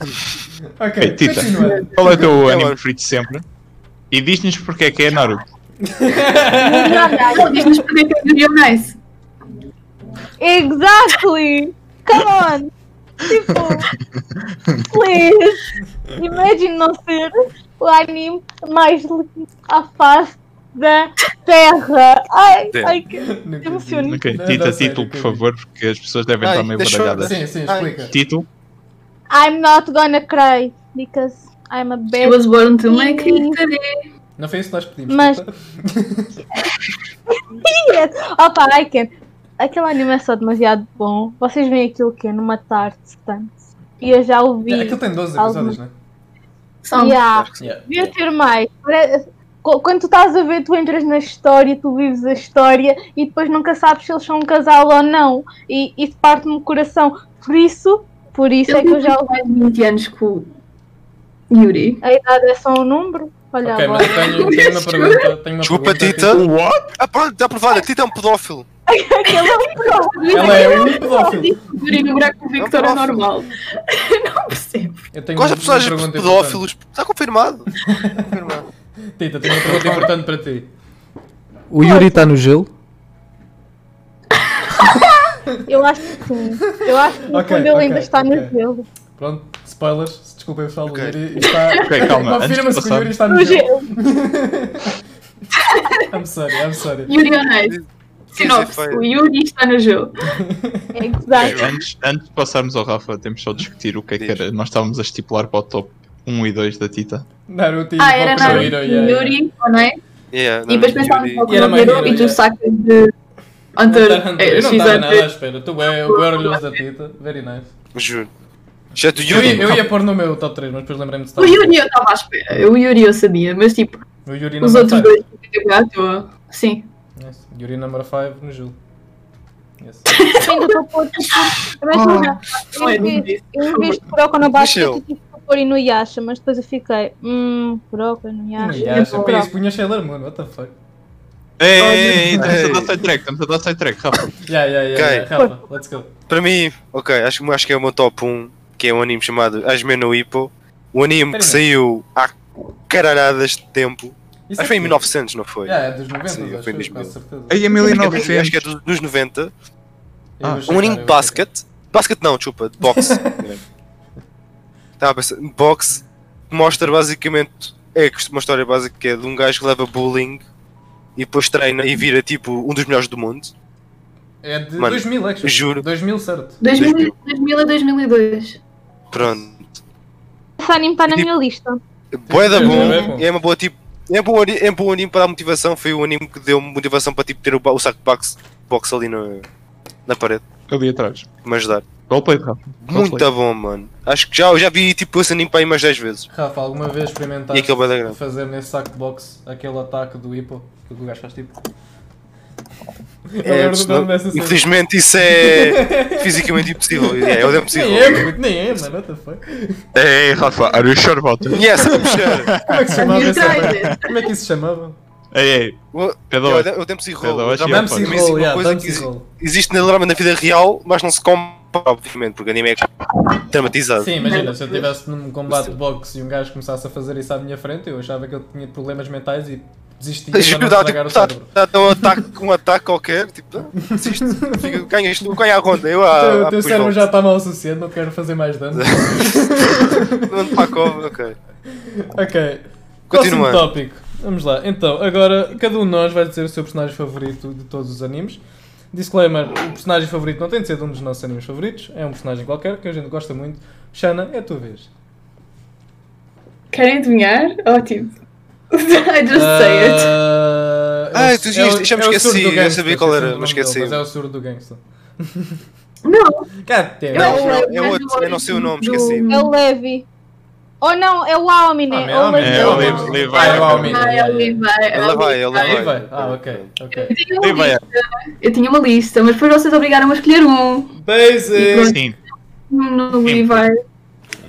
S1: boa.
S2: bastante grande.
S1: Ok,
S2: Ei, Tita.
S1: continua.
S2: Qual é o teu anime
S4: acho.
S2: free de sempre? E diz-nos porque é que é Naruto.
S3: Não, diz-nos porque é que é do Rio Nice.
S5: Exactly! Come on! Tipo, please! Imagine não ser o anime mais lindo à face da Terra! Ai, ai, que
S1: Nunca
S5: Emociona.
S1: vi.
S2: Ok,
S1: Não,
S2: Tita,
S1: não sei,
S2: título,
S1: nunca vi.
S2: por favor, porque as pessoas devem
S4: Ai,
S2: estar meio
S4: deixou-
S2: baralhadas.
S1: Sim, sim,
S4: Ai.
S1: explica.
S2: Título?
S5: I'm not gonna cry because I'm a
S3: She
S5: bad
S3: was born to make history.
S1: Não foi isso que nós pedimos.
S5: Mas-
S1: Tita.
S5: Yes. Opa, I can. Aquele anime é só demasiado bom. Vocês veem aquilo que é numa tarde, tanto. E eu já ouvi.
S1: É, Aquilo tem 12 episódios, não é?
S3: São.
S5: Yeah.
S1: Yeah.
S5: Devia ter mais. Pare- Qu- Quando tu estás a ver, tu entras na história, tu vives a história e depois nunca sabes se eles são um casal ou não. E isso parte-me o coração. Por isso, por isso é que eu já ouvi.
S3: mais de 20 anos com o Yuri.
S5: A idade é só um número. Olha
S1: Ok,
S5: agora.
S1: mas tenho, tenho uma pergunta. Tenho uma
S4: Desculpa,
S1: pergunta,
S4: Tita.
S2: What?
S4: Ah, pronto, está aprovado. A Tita é um pedófilo.
S5: Aquele é um pro.
S1: Ela é um pedófilo.
S3: Yuri no buraco com o Victor é
S4: Não posso.
S3: normal. Não percebo.
S1: Eu tenho
S4: Gosta
S1: uma
S4: de personagens
S1: pergunta
S4: pedófilos. Está confirmado. Confirmado.
S1: importante. Tita, tenho uma pergunta importante para ti.
S6: O Yuri está no gelo.
S5: Eu acho que sim. Eu acho que no
S1: Ok,
S5: fundo ele
S1: ok,
S5: ainda está
S1: ok.
S5: no gelo.
S1: Pronto, spoilers, desculpem pessoal,
S4: Ok.
S1: o Yuri está.
S2: Ok, calma, antes de
S1: Confirma-se que o
S2: passar-
S1: Yuri está no
S5: No
S1: gelo.
S5: gelo.
S1: I'm sorry, I'm sorry.
S3: Yuri on Ice.
S1: é
S3: Sinopse.
S4: foi.
S3: O Yuri está no jogo.
S5: Exato.
S2: Antes, antes de passarmos ao Rafa, temos só de discutir o que é que
S4: Diz.
S2: era. Nós estávamos a estipular para o top 1 e 2 da Tita.
S1: Naruto e
S3: Ah, era
S1: Boku no
S3: Naruto.
S1: Hero, yeah, yeah.
S3: Yuri, on Ice.
S4: Yeah,
S3: E
S4: não,
S3: depois pensava
S4: Yuri-
S3: um pouco
S1: E era
S3: no Yuri
S1: maneiro,
S3: e tu
S1: yeah.
S3: sacas de Hunter.
S1: Hunter x Hunter.
S3: é,
S1: Eu não
S3: she's
S1: estava
S3: Hunter.
S1: nada à espera. Tu é o orgulhoso da Tita. Very nice.
S4: Juro. Exceto
S1: Eu ia,
S4: Yuri.
S1: eu ia pôr no meu top 3, mas depois lembrei-me de estar.
S3: O Yuri eu estava à espera. O Yuri eu sabia, mas tipo,
S1: O Yuri
S3: os
S1: number
S3: outros
S1: five.
S3: dois que eu à toa. Sim.
S1: Yes. Yuri number 5 no Gil. Yes.
S5: Ainda estou por.
S1: Oh.
S5: Mas não, não. Eu invisto- eu invisto Kuroko no
S4: Michel.
S5: Basket e tive que pôr Inuyasha, mas depois eu fiquei. Hum, Kuroko, Inuyasha.
S1: Yeah,
S3: acho
S1: para é isso punha Sailor Moon, what the fuck?
S2: Ei, ei, ei,
S4: Deus.
S2: estamos a dar sidetrack, estamos a dar sidetrack, Rafa.
S1: Yeah, yeah, yeah,
S4: Ok.
S1: yeah. Rafa, let's go.
S4: Para mim, ok, acho, acho que é o meu top 1, que é um anime chamado Asme no Hippo. Um anime
S1: Pera
S4: que
S1: aí.
S4: saiu há caralhadas de tempo.
S1: Isso
S4: Acho que Ah, foi em
S1: tudo.
S4: 1900, não foi?
S1: Yeah, é dos 90,
S4: Sim,
S1: acho,
S4: foi em
S1: eu, com
S4: 2000.
S1: certeza.
S2: Aí a
S4: Acho que é,
S2: 1900.
S4: acho que é dos, dos 90.
S1: Eu vou
S2: um
S1: checar,
S4: Um anime
S1: eu
S4: de
S1: vou checar.
S4: basket. Basket não, chupa, de boxe. Estava a pensar, boxe que mostra basicamente. É que uma história básica que é de um gajo que leva bullying e depois treina e vira tipo um dos melhores do mundo.
S1: É de
S4: Mano,
S1: 2000, actually.
S4: juro.
S1: 2000, certo.
S3: 2000, 2000 a 2002.
S4: Pronto.
S5: esse anime está na
S2: tipo-
S5: minha lista.
S4: Bué da
S1: Sim,
S4: bom,
S1: é bom.
S4: é uma boa tipo. É bom, ani- é bom anime para dar motivação, foi o anime que deu motivação para tipo ter o, ba- o saco de box, box ali no, na parede,
S2: é Ali atrás.
S4: para me ajudar.
S2: Roleplay, Rafa.
S4: Muito
S2: Roleplay.
S4: bom, mano. Acho que já, já vi tipo esse anime para aí umas 10 vezes.
S1: Rafa, alguma vez
S4: E
S1: experimentaste
S4: aquele bué da grande.
S1: fazer nesse saco de boxe aquele ataque do hippo? Que o gajo faz tipo.
S4: É,
S1: do
S4: senão-
S1: nome dessa cena.
S4: infelizmente isso é fisicamente impossível. É, é impossível.
S1: Nem é, puto, nem é, mano, what the fuck?
S2: Ei, Rafa, are you sure about it?
S4: Yes, I'm sure.
S1: Como é que se chamava
S3: New
S1: essa merda?
S3: trailer.
S1: Como é que isso se chamava?
S2: Ei, ei.
S4: O-
S2: Pedro,
S4: é o dem- o Dempsey
S2: Pedro,
S4: Roll. O
S2: acho que é
S4: Dempsey
S1: Dempsey
S2: Sim,
S4: Roll é
S1: Roll,
S4: uma
S1: yeah,
S4: coisa que
S1: Dempsey
S4: exi-
S1: Roll.
S4: existe literalmente na vida real, mas não se compra, obviamente, porque anime é dramatizado.
S1: Sim, imagina, se eu estivesse num combate de boxe e um gajo começasse a fazer isso à minha frente, eu achava que ele tinha problemas mentais e desistia para não
S4: Juro, dá,
S1: estragar
S4: tipo,
S1: o
S4: dá,
S1: cérebro.
S4: dá um, ataque, um ataque qualquer, tipo, ah, desiste, fica, ganhas tu, ganha a ronda, eu
S1: Então, O
S4: ah, a.
S1: teu- o teu cérebro já está mal o suficiente, não quero fazer mais dano.
S4: Não para a cova, ok.
S1: ok. Próximo
S4: Continuando.
S1: tópico. Vamos lá. Então, agora cada um de nós vai dizer o seu personagem favorito de todos os animes. Disclaimer: o personagem favorito não tem de ser de um dos nossos animes favoritos, é um personagem qualquer que a gente gosta muito. Shana, é a tua vez.
S3: Querem adivinhar? Ótimo. I just say it.
S1: Ah,
S4: Ah,
S1: é o-
S4: tu
S1: é
S4: já-
S1: o-
S4: já me
S1: é o surdo
S4: esqueci,
S1: do
S4: eu
S1: gangster,
S4: sabia qual era,
S1: esqueci o nome dele,
S4: mas esqueci.
S1: Mas é o surdo do gangster.
S3: Não,
S1: God damn.
S4: Não,
S3: Eu-
S4: não,
S3: eu-
S4: é outro, eu não sei o nome, esqueci.
S5: É o Levi. Ou não, é o Almine.
S1: Homem,
S5: é o
S1: homem,
S5: Levi.
S2: É, o
S1: homem.
S2: Levi- Levi.
S1: Ah, é o Almeida.
S3: ah, é o Levi. é o
S4: Ela vai, ela
S1: Ah,
S4: vai.
S1: aí vai. Ah, ok. ok.
S3: Eu tinha uma
S2: Levi é.
S3: lista, Eu tinha uma lista, mas depois vocês obrigaram-me a escolher um.
S1: Basic!
S2: Sim,
S3: No no Levi.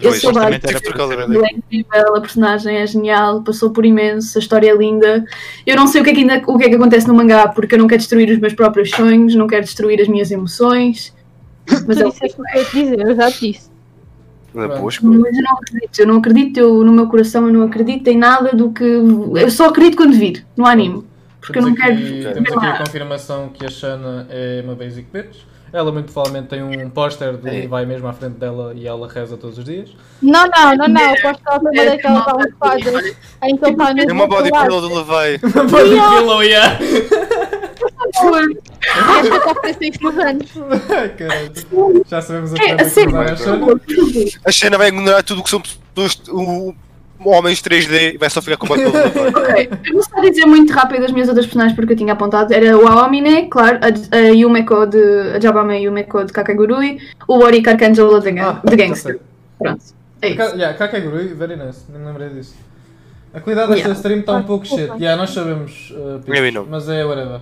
S3: Eu
S4: Pois,
S3: sou básica.
S2: justamente era
S4: Tive
S2: por
S4: que trocar a
S2: causa
S4: letra.
S3: Ele é incrível, a personagem é genial, passou por imenso, a história é linda. Eu não sei o que é que, ainda, o que, é que acontece no mangá, porque eu não quero destruir os meus próprios sonhos, não quero destruir as minhas emoções. Mas,
S5: Tu
S3: eu,
S5: disseste o que eu ia te dizer, eu já te disse.
S4: Não é boa escolha.
S3: mas eu não acredito, eu não acredito, eu, no meu coração eu não acredito em nada do que. Eu só acredito quando vir, no anime. Porque eu não
S1: Temos
S3: quero.
S1: aqui- Temos aqui a confirmação que a Shana é uma basic bitch. Ela muito provavelmente tem um póster do
S4: É.
S1: Levi mesmo à frente dela e ela reza todos os dias.
S5: Não, não, não, não. Eu posso estar a uma daquelas almofadas em que ele está
S4: É
S5: mesmo
S4: uma body
S5: pelado.
S4: pillow do Levi.
S1: Pode pillow, yeah!
S5: Acho que está a 6 anos.
S1: Ai, caralho. Já sabemos a
S3: É,
S1: piada
S3: a
S1: que
S3: sério,
S1: vai a
S4: por
S1: Shana.
S4: A Xena vai ignorar tudo que são pessoas, o, homens 3D e vai só ficar com o body pillow do Levi.
S3: Ok, eu vou só dizer muito rápido as minhas outras personagens porque eu tinha apontado. Era o Aomine, claro, a, a Yumeko de. A Jabame Yumeko de Kakagurui, o Warwick Arcangelo de,
S1: Ah,
S3: Gang-
S1: tá
S3: de Gangster. Pronto. É isso.
S1: Ca- Yeah, Kakegurui, very nice, nem me lembrei disso. A qualidade desta
S3: Yeah.
S1: stream está um pouco shit.
S5: desculpa.
S1: Yeah, nós sabemos, uh, Pito,
S4: Maybe não.
S1: mas é whatever.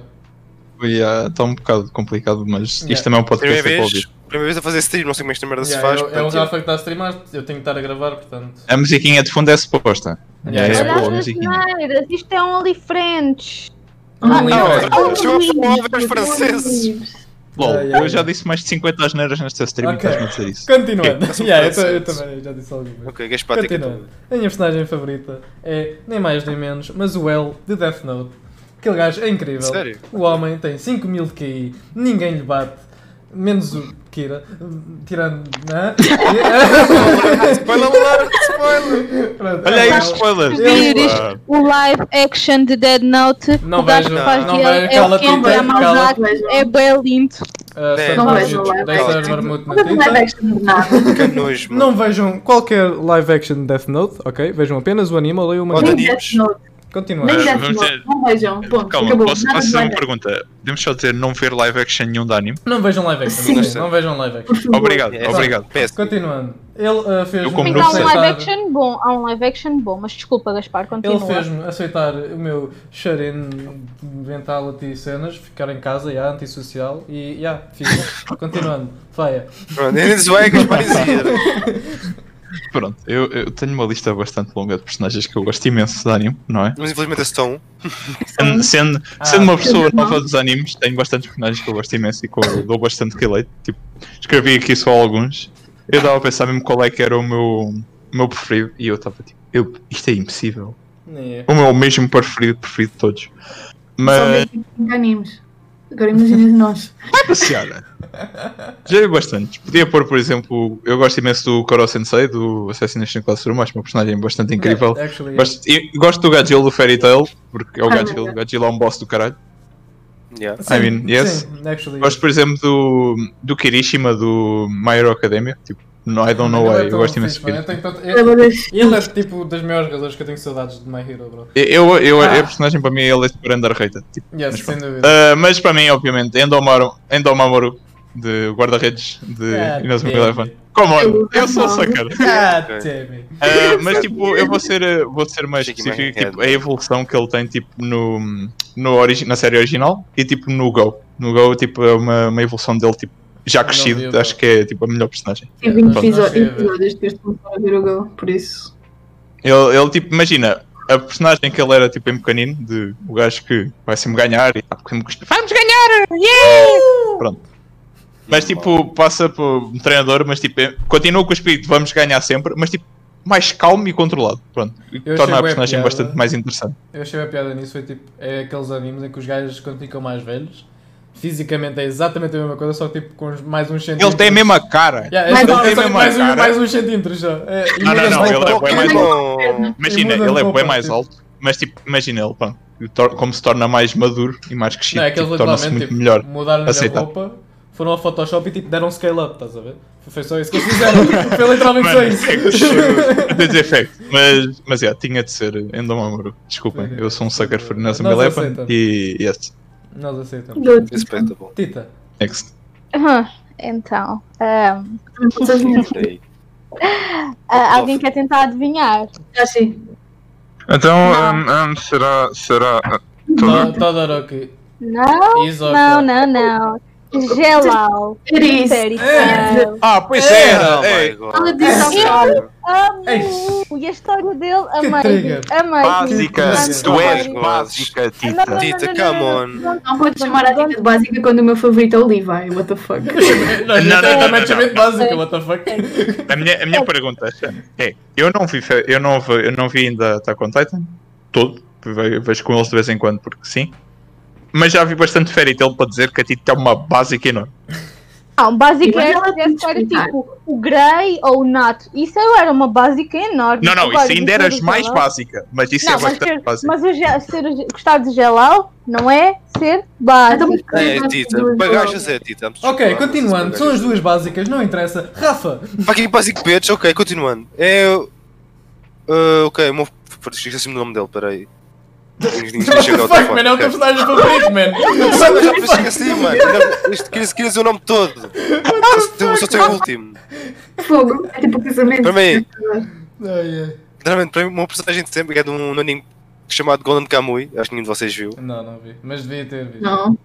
S2: que yeah, está um bocado complicado, mas
S1: Yeah.
S2: isto também é um podcast
S4: Primeira
S2: para
S4: vez,
S2: ouvir.
S4: primeira vez a fazer stream, não sei como esta merda se
S1: Yeah,
S4: faz. tá tipo-
S1: é, o- é o
S4: portanto,
S1: Rafa que está a streamar, eu tenho que estar a gravar, portanto.
S2: A musiquinha de fundo é suposta.
S1: Yeah,
S2: é
S1: yeah.
S5: Olha
S2: boa a
S5: as
S2: musiquinha.
S5: asneiras, isto é only friends.
S1: Ah,
S3: é.
S4: não, é são os móveis franceses.
S2: LOL,
S1: Yeah, yeah,
S2: eu já
S1: yeah.
S2: disse mais de 50 asneiras nesta stream
S1: Ok.
S2: e estás-me a dizer isso.
S1: Continuando.
S4: Ok.
S1: Yeah, eu, ta- eu também já disse alguma
S4: é Ok, gajo para
S1: Continuando. A minha personagem favorita é nem mais nem menos, mas o L de Death Note. Aquele gajo é incrível.
S4: Sério?
S1: O homem tem 5 mil de QI, ninguém lhe bate, menos o Kira, tirando. Né?
S4: Spoiler alert, spoiler!
S1: Pronto,
S2: Olha aí
S1: é
S2: os
S1: o-
S2: spoilers!
S5: Vires
S2: Ah,
S5: o live action de Dead Note.
S1: Não
S5: o gajo
S1: vejo,
S5: que faz
S1: não
S5: dele
S1: vejo,
S5: é o
S1: cala-te,
S5: Ken
S1: cala-te.
S5: Yamazaki. É bem lindo.
S1: Ah,
S4: É,
S1: Sandra
S3: não
S1: Bullock,
S3: vejo live
S1: Dexter
S4: action.
S1: Vermouth na
S3: Não tem live
S1: tinta.
S3: action de nada.
S4: Que nojo, mano.
S1: Não vejam qualquer live action de Death Note, ok? Vejam apenas o anime ou leiam o
S4: Olha,
S1: mangá.
S3: Nem
S4: Deus.
S3: Death Note,
S1: Continua.
S3: nem
S2: Mas
S3: Death
S2: vamos
S3: Note.
S2: dizer-
S3: Não vejam, ponto.
S2: Calma,
S3: acabou.
S2: posso,
S3: Nada
S2: posso
S3: de
S2: fazer uma
S3: live action.
S2: pergunta? Podemos só dizer não ver live action nenhum de anime?
S1: Não vejam live action.
S3: Sim.
S1: Não vejam live action.
S3: Por favor.
S2: Obrigado,
S4: É,
S2: obrigado.
S4: Péssimo.
S1: Continuando, ele ah, fez-me
S2: como
S5: Mas
S2: não
S5: há um
S2: sei.
S5: live
S1: aceitar-
S5: action bom, há um live action bom, mas desculpa, Gaspar,
S1: Ele
S5: continua.
S1: fez-me aceitar o meu Sharin mentality e cenas, ficar em casa, yeah, antissocial e yeah, fiz. Continuando, feia.
S4: Pronto, nem se vai gajo para
S2: Pronto, eu, eu tenho uma lista bastante longa de personagens que eu gosto imenso de anime, não é?
S4: Mas infelizmente esse tom.
S2: Sendo,
S3: um
S2: sendo,
S1: Ah.
S2: sendo uma pessoa nova dos animes, tenho bastantes personagens que eu gosto imenso e que eu dou bastante relate. Tipo, escrevi aqui só alguns. Eu estava a pensar mesmo qual é que era o meu, o meu preferido e eu estava tipo, eu, isto é impossível.
S1: Nem é.
S2: O meu mesmo preferido, preferido de todos.
S3: Só
S2: Mas,
S3: vejo animes. Agora imaginem nós.
S2: passeada. Já vi bastante. Podia pôr, por exemplo, eu gosto imenso do Koro Sensei, do Assassination Classroom, acho uma personagem bastante incrível.
S1: Yeah, actually, yeah.
S2: Gosto, e gosto do Godzilla do Fairy Tail, porque é o
S3: Ah,
S2: Godzilla,
S3: não.
S2: o Godzilla é um boss do caralho.
S4: Yeah.
S1: Sim,
S2: I mean, yes.
S1: Sim, actually.
S2: Gosto, por exemplo, do, do Kirishima do My Hero Academia, tipo, No, I don't know
S1: Ele é
S2: why, eu
S1: tão
S2: gosto imenso
S1: fixe, mano.
S2: de
S1: Eu tenho tanto-
S3: Eu
S1: ele-
S3: vou deixar-
S1: Ele é tipo das maiores razões que eu tenho saudades de My Hero, bro.
S2: Eu, eu,
S1: Ah.
S2: A personagem para mim ele é super underrated. Tipo.
S1: Yes,
S2: Mas
S1: sem dúvida.
S2: Ah, mas para mim, obviamente, Endomaru, Endomamoru, de guarda-redes de
S1: Ah,
S2: Inazuma
S1: damn
S2: Eleven. Come on, eu sou
S3: Endomaru.
S2: sacar.
S1: God damn it.
S2: Ah, mas tipo, eu vou ser, eh, vou ser mais
S4: Shaking my
S2: específico,
S4: head.
S2: tipo, a evolução que ele tem tipo no, no origi- na série original e tipo no Go. No Go tipo é uma, uma evolução dele tipo já
S1: Não vi o
S2: crescido,
S1: Go.
S2: acho que é tipo a melhor personagem.
S3: Tem 20
S1: Pronto.
S3: episó-
S1: Não sei,
S3: episódios depois de começar a ver o Go, por isso.
S2: Ele, ele tipo, imagina, a personagem que ele era tipo em pequenino, de o gajo que vai sempre ganhar e tá sempre cuspe- vamos ganhar! Yeah! Pronto. Mas tipo, passa por um treinador, mas tipo, é- continua com o espírito, vamos ganhar sempre, mas tipo, mais calmo e controlado. Pronto. E
S1: Eu achei
S2: torna a
S1: bué
S2: personagem
S1: piada.
S2: bastante mais interessante.
S1: Eu achei a piada nisso, foi tipo, é aqueles animes em que os gajos quando ficam mais velhos, fisicamente é exatamente a mesma coisa, só tipo com os- mais uns centímetros.
S2: Ele tem a mesma cara.
S1: Yeah, é
S3: Mais
S1: só-
S3: um-
S1: é
S2: tem
S1: só
S2: a mesma
S1: mais, um,
S2: cara.
S1: mais uns centímetros já. É, e
S2: Não, não,
S1: muda
S2: não,
S1: só
S2: ele
S1: o
S2: é
S1: toque.
S2: bem mais
S3: Não,
S2: alto.
S4: Bom,
S2: Imagina,
S1: Ele muda de
S2: ele é bem
S1: roupa,
S2: mais
S1: tipo.
S2: alto, mas tipo, imagina ele, pá, tor- como se torna mais maduro e mais crescido,
S1: Não, é que eles
S2: tipo, torna-se
S1: literalmente
S2: muito
S1: tipo,
S2: melhor.
S1: mudaram-lhe a
S2: Aceita.
S1: roupa, foram ao Photoshop e tipo deram um scale-up, estás a ver? Foi só isso que eles fizeram. Foi literalmente só
S2: Mano,
S1: isso.
S2: é que choro. The Defect. Mas, mas é, tinha de ser Endomamoru. Desculpem, eu sou um sucker for Nelson
S1: Nós
S2: Eleven
S1: aceitamos.
S2: e yes,
S1: Nós aceitamos.
S3: Go,
S4: respectable.
S1: Tita,
S2: next.
S5: Aham, Então, ahm,
S4: Daí.
S5: ah, alguém quer tentar adivinhar?
S3: Tashi.
S7: Então, hum, hum, será. será. Todo...
S1: To- Todoroki,
S5: Não,
S1: Isoka.
S5: não, não, não. Gelal.
S3: Era isso.
S5: Fairy
S2: Ah, pois
S4: Oh
S2: é!
S4: my god.
S3: Ela disse
S1: É Eish.
S5: E a história dele,
S1: Que
S5: amazing.
S1: trigger.
S5: Amazing.
S7: Básica,
S1: Sim.
S7: tu és
S4: Sim.
S7: básica,
S5: Não, não, não,
S7: Tita.
S4: Tita,
S5: não,
S4: come
S5: não,
S4: on.
S5: não, não.
S3: Não podes chamar a dica de básica quando o meu favorito é o Levi. What the fuck?
S1: Não,
S2: não,
S1: não,
S2: não,
S1: não,
S2: não,
S1: matchamento um básico, what the
S3: É
S1: fuck.
S2: A minha, a minha pergunta Xana, é: eu não vi, fe- eu não vi, eu não vi ainda Attack on Titan todo, ve- vejo com eles de vez em quando porque sim. Mas já vi bastante Fairy Tail para dizer que a Tita é uma básica enorme.
S5: Não, básica
S3: Mas
S5: é
S3: ela tem que
S5: era
S3: explicar.
S5: tipo o Grey ou o Nato. Isso eu era uma básica enorme.
S2: Não, não, isso
S5: Agora,
S2: ainda
S5: dizer
S2: eras
S5: o
S2: mais
S5: Gelal-
S2: básica, mas isso
S5: Não,
S2: é
S5: mas,
S2: bastante
S5: ser,
S2: básico.
S5: mas o, ge- ser, o ge- gostar de gelal não é ser
S3: Então,
S5: básico.
S4: É, Tita, bagajas é Tita. I'm sorry.
S1: Ok,
S4: Vamos,
S1: continuando, são as
S4: bagajas.
S1: duas básicas, não interessa. Rafa!
S4: Fucking Basic Bitch, ok, continuando. É. Uh, ok, o meu. Esqueci-me do nome dele, peraí.
S1: What the fuck, man, é o teu personagem favorito, man!
S4: Sabe, eu já me esqueci, mano. Ainda- isto- Queria queria dizer o nome todo. Só- Só tem o último.
S3: Fogo. É tipo casamento.
S4: Para mim,
S1: Ai, ai.
S4: realmente, para mim, o meu personagem de sempre é de um anime chamado Golden Kamui. Acho que nenhum de vocês viu.
S1: Não, não vi, mas devia ter visto.
S3: Não.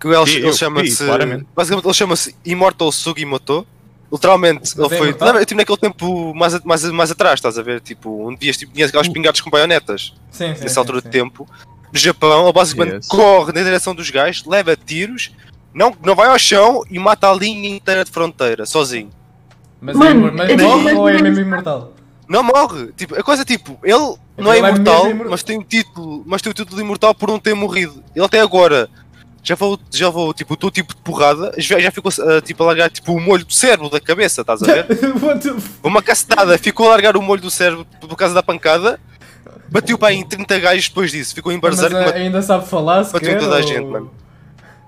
S4: Que ele,
S2: Sim,
S4: ele
S2: eu
S4: chama-se.
S2: vi, claramente.
S4: Basicamente, ele chama-se Immortal Sugimoto. Literalmente,
S1: Mas
S4: ele
S1: é
S4: foi.
S1: imortal?
S4: Lembra, eu tive naquele tempo mais, a- mais, a- mais atrás, estás a ver? Tipo, onde vias tipo, tinhas aquelas pingadas com baionetas.
S1: Sim, sim.
S4: nessa
S1: sim,
S4: altura
S1: sim.
S4: de tempo, no Japão, ele basicamente
S2: Yes.
S4: corre na direção dos gajos, leva tiros, não, não vai ao chão e mata a linha inteira de fronteira, sozinho.
S1: Mas,
S3: Mano,
S1: é imor- mas
S3: eu digo-
S1: morre ou é mesmo imortal?
S4: Não morre! Tipo, a coisa é tipo, ele não é
S1: Ele é
S4: imortal,
S1: mesmo imor-
S4: mas tem o título, mas tem o título de imortal por não ter morrido. Ele até agora já vou, já vou, tipo, o teu tipo de porrada, já, já ficou ah, tipo a largar tipo, o molho do cérebro da cabeça, estás a ver?
S1: What the f-
S4: Uma cacetada, ficou a largar o molho do cérebro por causa da pancada, bateu para aí em 30 gajos depois disso, ficou em
S1: Mas
S4: berserk,
S1: ah,
S4: matou-
S1: ainda sabe falar, se
S4: bateu
S1: quer,
S4: em toda a
S1: ou-
S4: gente, mano.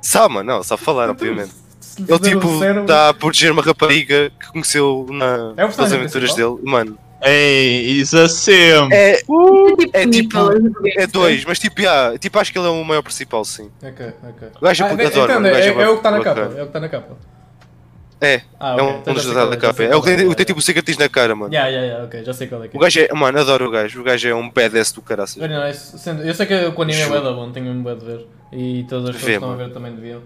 S4: Sabe, mano, não, sabe
S1: Então,
S4: falar, obviamente.
S1: Se lhe
S4: Ele
S1: fizer o
S4: tipo
S1: um cérebro-
S4: está a proteger uma rapariga que conheceu na,
S1: É o
S4: nas
S1: personagem
S4: aventuras
S1: principal?
S4: dele. Mano,
S2: Ei, isso é sempre.
S4: é,
S3: tipo
S4: é tipo-
S3: Nicolas.
S4: é dois, mas tipo, yeah, tipo, acho que ele é o maior principal, sim.
S1: Ok, ok.
S4: O gajo é
S1: Ah,
S4: porque
S1: de-
S4: adoro,
S1: entendo,
S4: mano, o
S1: é,
S4: gajo é
S1: é o que está na capa,
S4: bacana.
S1: é o que está na capa.
S4: É,
S1: Ah,
S4: é
S1: ok,
S4: um,
S1: então
S4: um
S1: já
S4: dos
S1: sei
S4: da
S1: qual
S4: da
S1: já
S4: capa.
S1: sei
S4: É o
S1: qual
S4: que tem, o que tem
S1: é.
S4: tipo cicatriz na cara, mano.
S1: Yeah, yeah, yeah, ok, já sei qual é que
S4: O
S1: é.
S4: gajo é, mano, adoro o gajo. O gajo é um badass do caraças.
S1: Very nice. Sendo- Eu sei que com o anime é
S4: Juro.
S1: bué da bom, tenho mesmo bué de ver. E todas as pessoas
S4: Vê,
S1: que estão a
S4: mano.
S1: ver também deviam.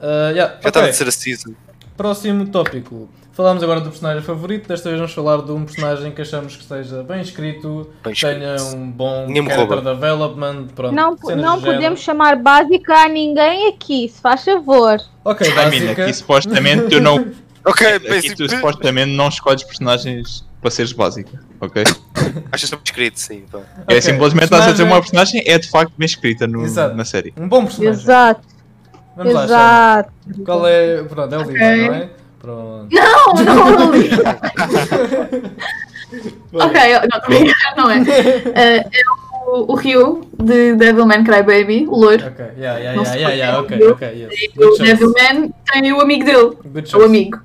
S1: Ah, yeah,
S4: Já tá está
S1: ok.
S4: a terceira season.
S1: Próximo tópico. Falámos agora do personagem favorito, desta vez vamos falar de um personagem que achamos que seja bem escrito,
S4: Bem escrito.
S1: tenha um bom
S4: Ninguém me
S1: character
S4: rouba.
S1: development, pronto.
S5: Não,
S1: cenas
S5: não
S1: do género.
S5: podemos chamar básica a ninguém aqui, se faz favor.
S1: Ok,
S2: I mean,
S1: básica.
S2: aqui supostamente tu não
S4: Ok, tipo,
S2: Aqui tu
S4: basic.
S2: supostamente não escolhes personagens para seres básica, ok?
S4: Achas que é um escrito, sim. então. pá.
S1: Ok,
S2: É simplesmente estás a dizer
S1: personagem-
S2: uma personagem é de facto bem escrita no-
S1: Exato.
S2: na série.
S1: Um bom personagem.
S5: Exato,
S1: Vamos lá, Sara.
S5: exato.
S1: Qual é. Pronto, é o Levi, não é? Pronto.
S3: Não, não, não. Ok, não, tô brincando, não é. Eh, é o, o Ryu de Devilman Crybaby, o loiro.
S1: Ok, yeah, yeah, yeah,
S3: Não sei
S1: yeah,
S3: qual
S1: yeah,
S3: é o
S1: ok,
S3: meu.
S1: ok, yes. Good
S3: O
S1: choice. É um
S3: Devilman tem o amigo dele,
S1: Good
S3: o
S1: choice.
S3: amigo.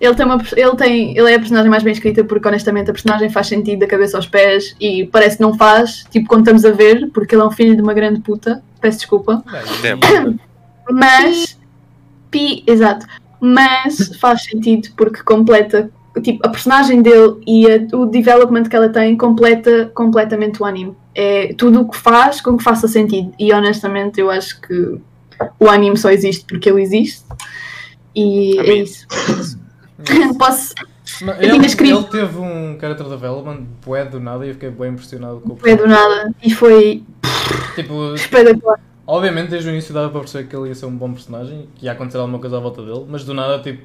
S3: Ele tem uma pers- ele tem, ele é a personagem mais bem escrita porque honestamente a personagem faz sentido da cabeça aos pés e parece que não faz, tipo quando estamos a ver, porque ele é um filho de uma grande puta. Peço desculpa,
S1: Bem,
S4: Damn.
S3: mas pi, exato, mas faz sentido porque completa tipo a personagem dele e a- o development que ela tem completa completamente o anime. É tudo o que faz com que faça sentido e honestamente eu acho que o anime só existe porque ele existe e é
S4: Amém.
S3: isso. Posso
S1: Não,
S3: tinha
S1: ele,
S3: escrito.
S1: ele teve um character development bué do nada e eu fiquei bem impressionado com o
S3: Não é do nada. E foi
S1: Tipo,
S3: espetacular.
S1: obviamente desde o início dava para perceber que ele ia ser um bom personagem, que ia acontecer alguma coisa à volta dele, mas do nada, tipo,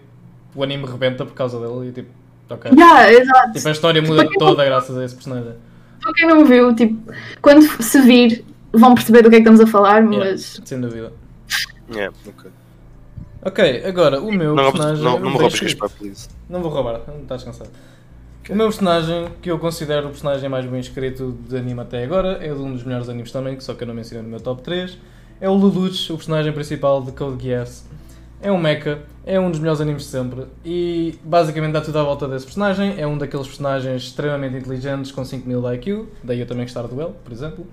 S1: o anime rebenta por causa dele e tipo, ok.
S3: Yeah, exato.
S1: Tipo, a história muda
S3: é
S1: toda graças a esse personagem.
S3: Para quem não viu, tipo, quando se vir, vão perceber do que é que estamos a falar,
S1: Yeah,
S3: mas.
S1: sem dúvida.
S4: Yeah, ok.
S1: Ok, agora o meu
S4: Não, roubes-
S1: É um personagem. é
S4: não, não me
S1: Deixa-
S4: roubes Gaspar, please.
S1: Não vou roubar, não estás cansado. O meu personagem, que eu considero o personagem mais bem escrito de anime até agora, é de um dos melhores animes também, que só que eu não mencionei no meu top 3, é o Lelouch, o personagem principal de Code Geass. É um mecha, é um dos melhores animes de sempre, e basicamente dá tudo à volta desse personagem, é um daqueles personagens extremamente inteligentes com 5000 de IQ, daí eu também gostar do ele, por exemplo,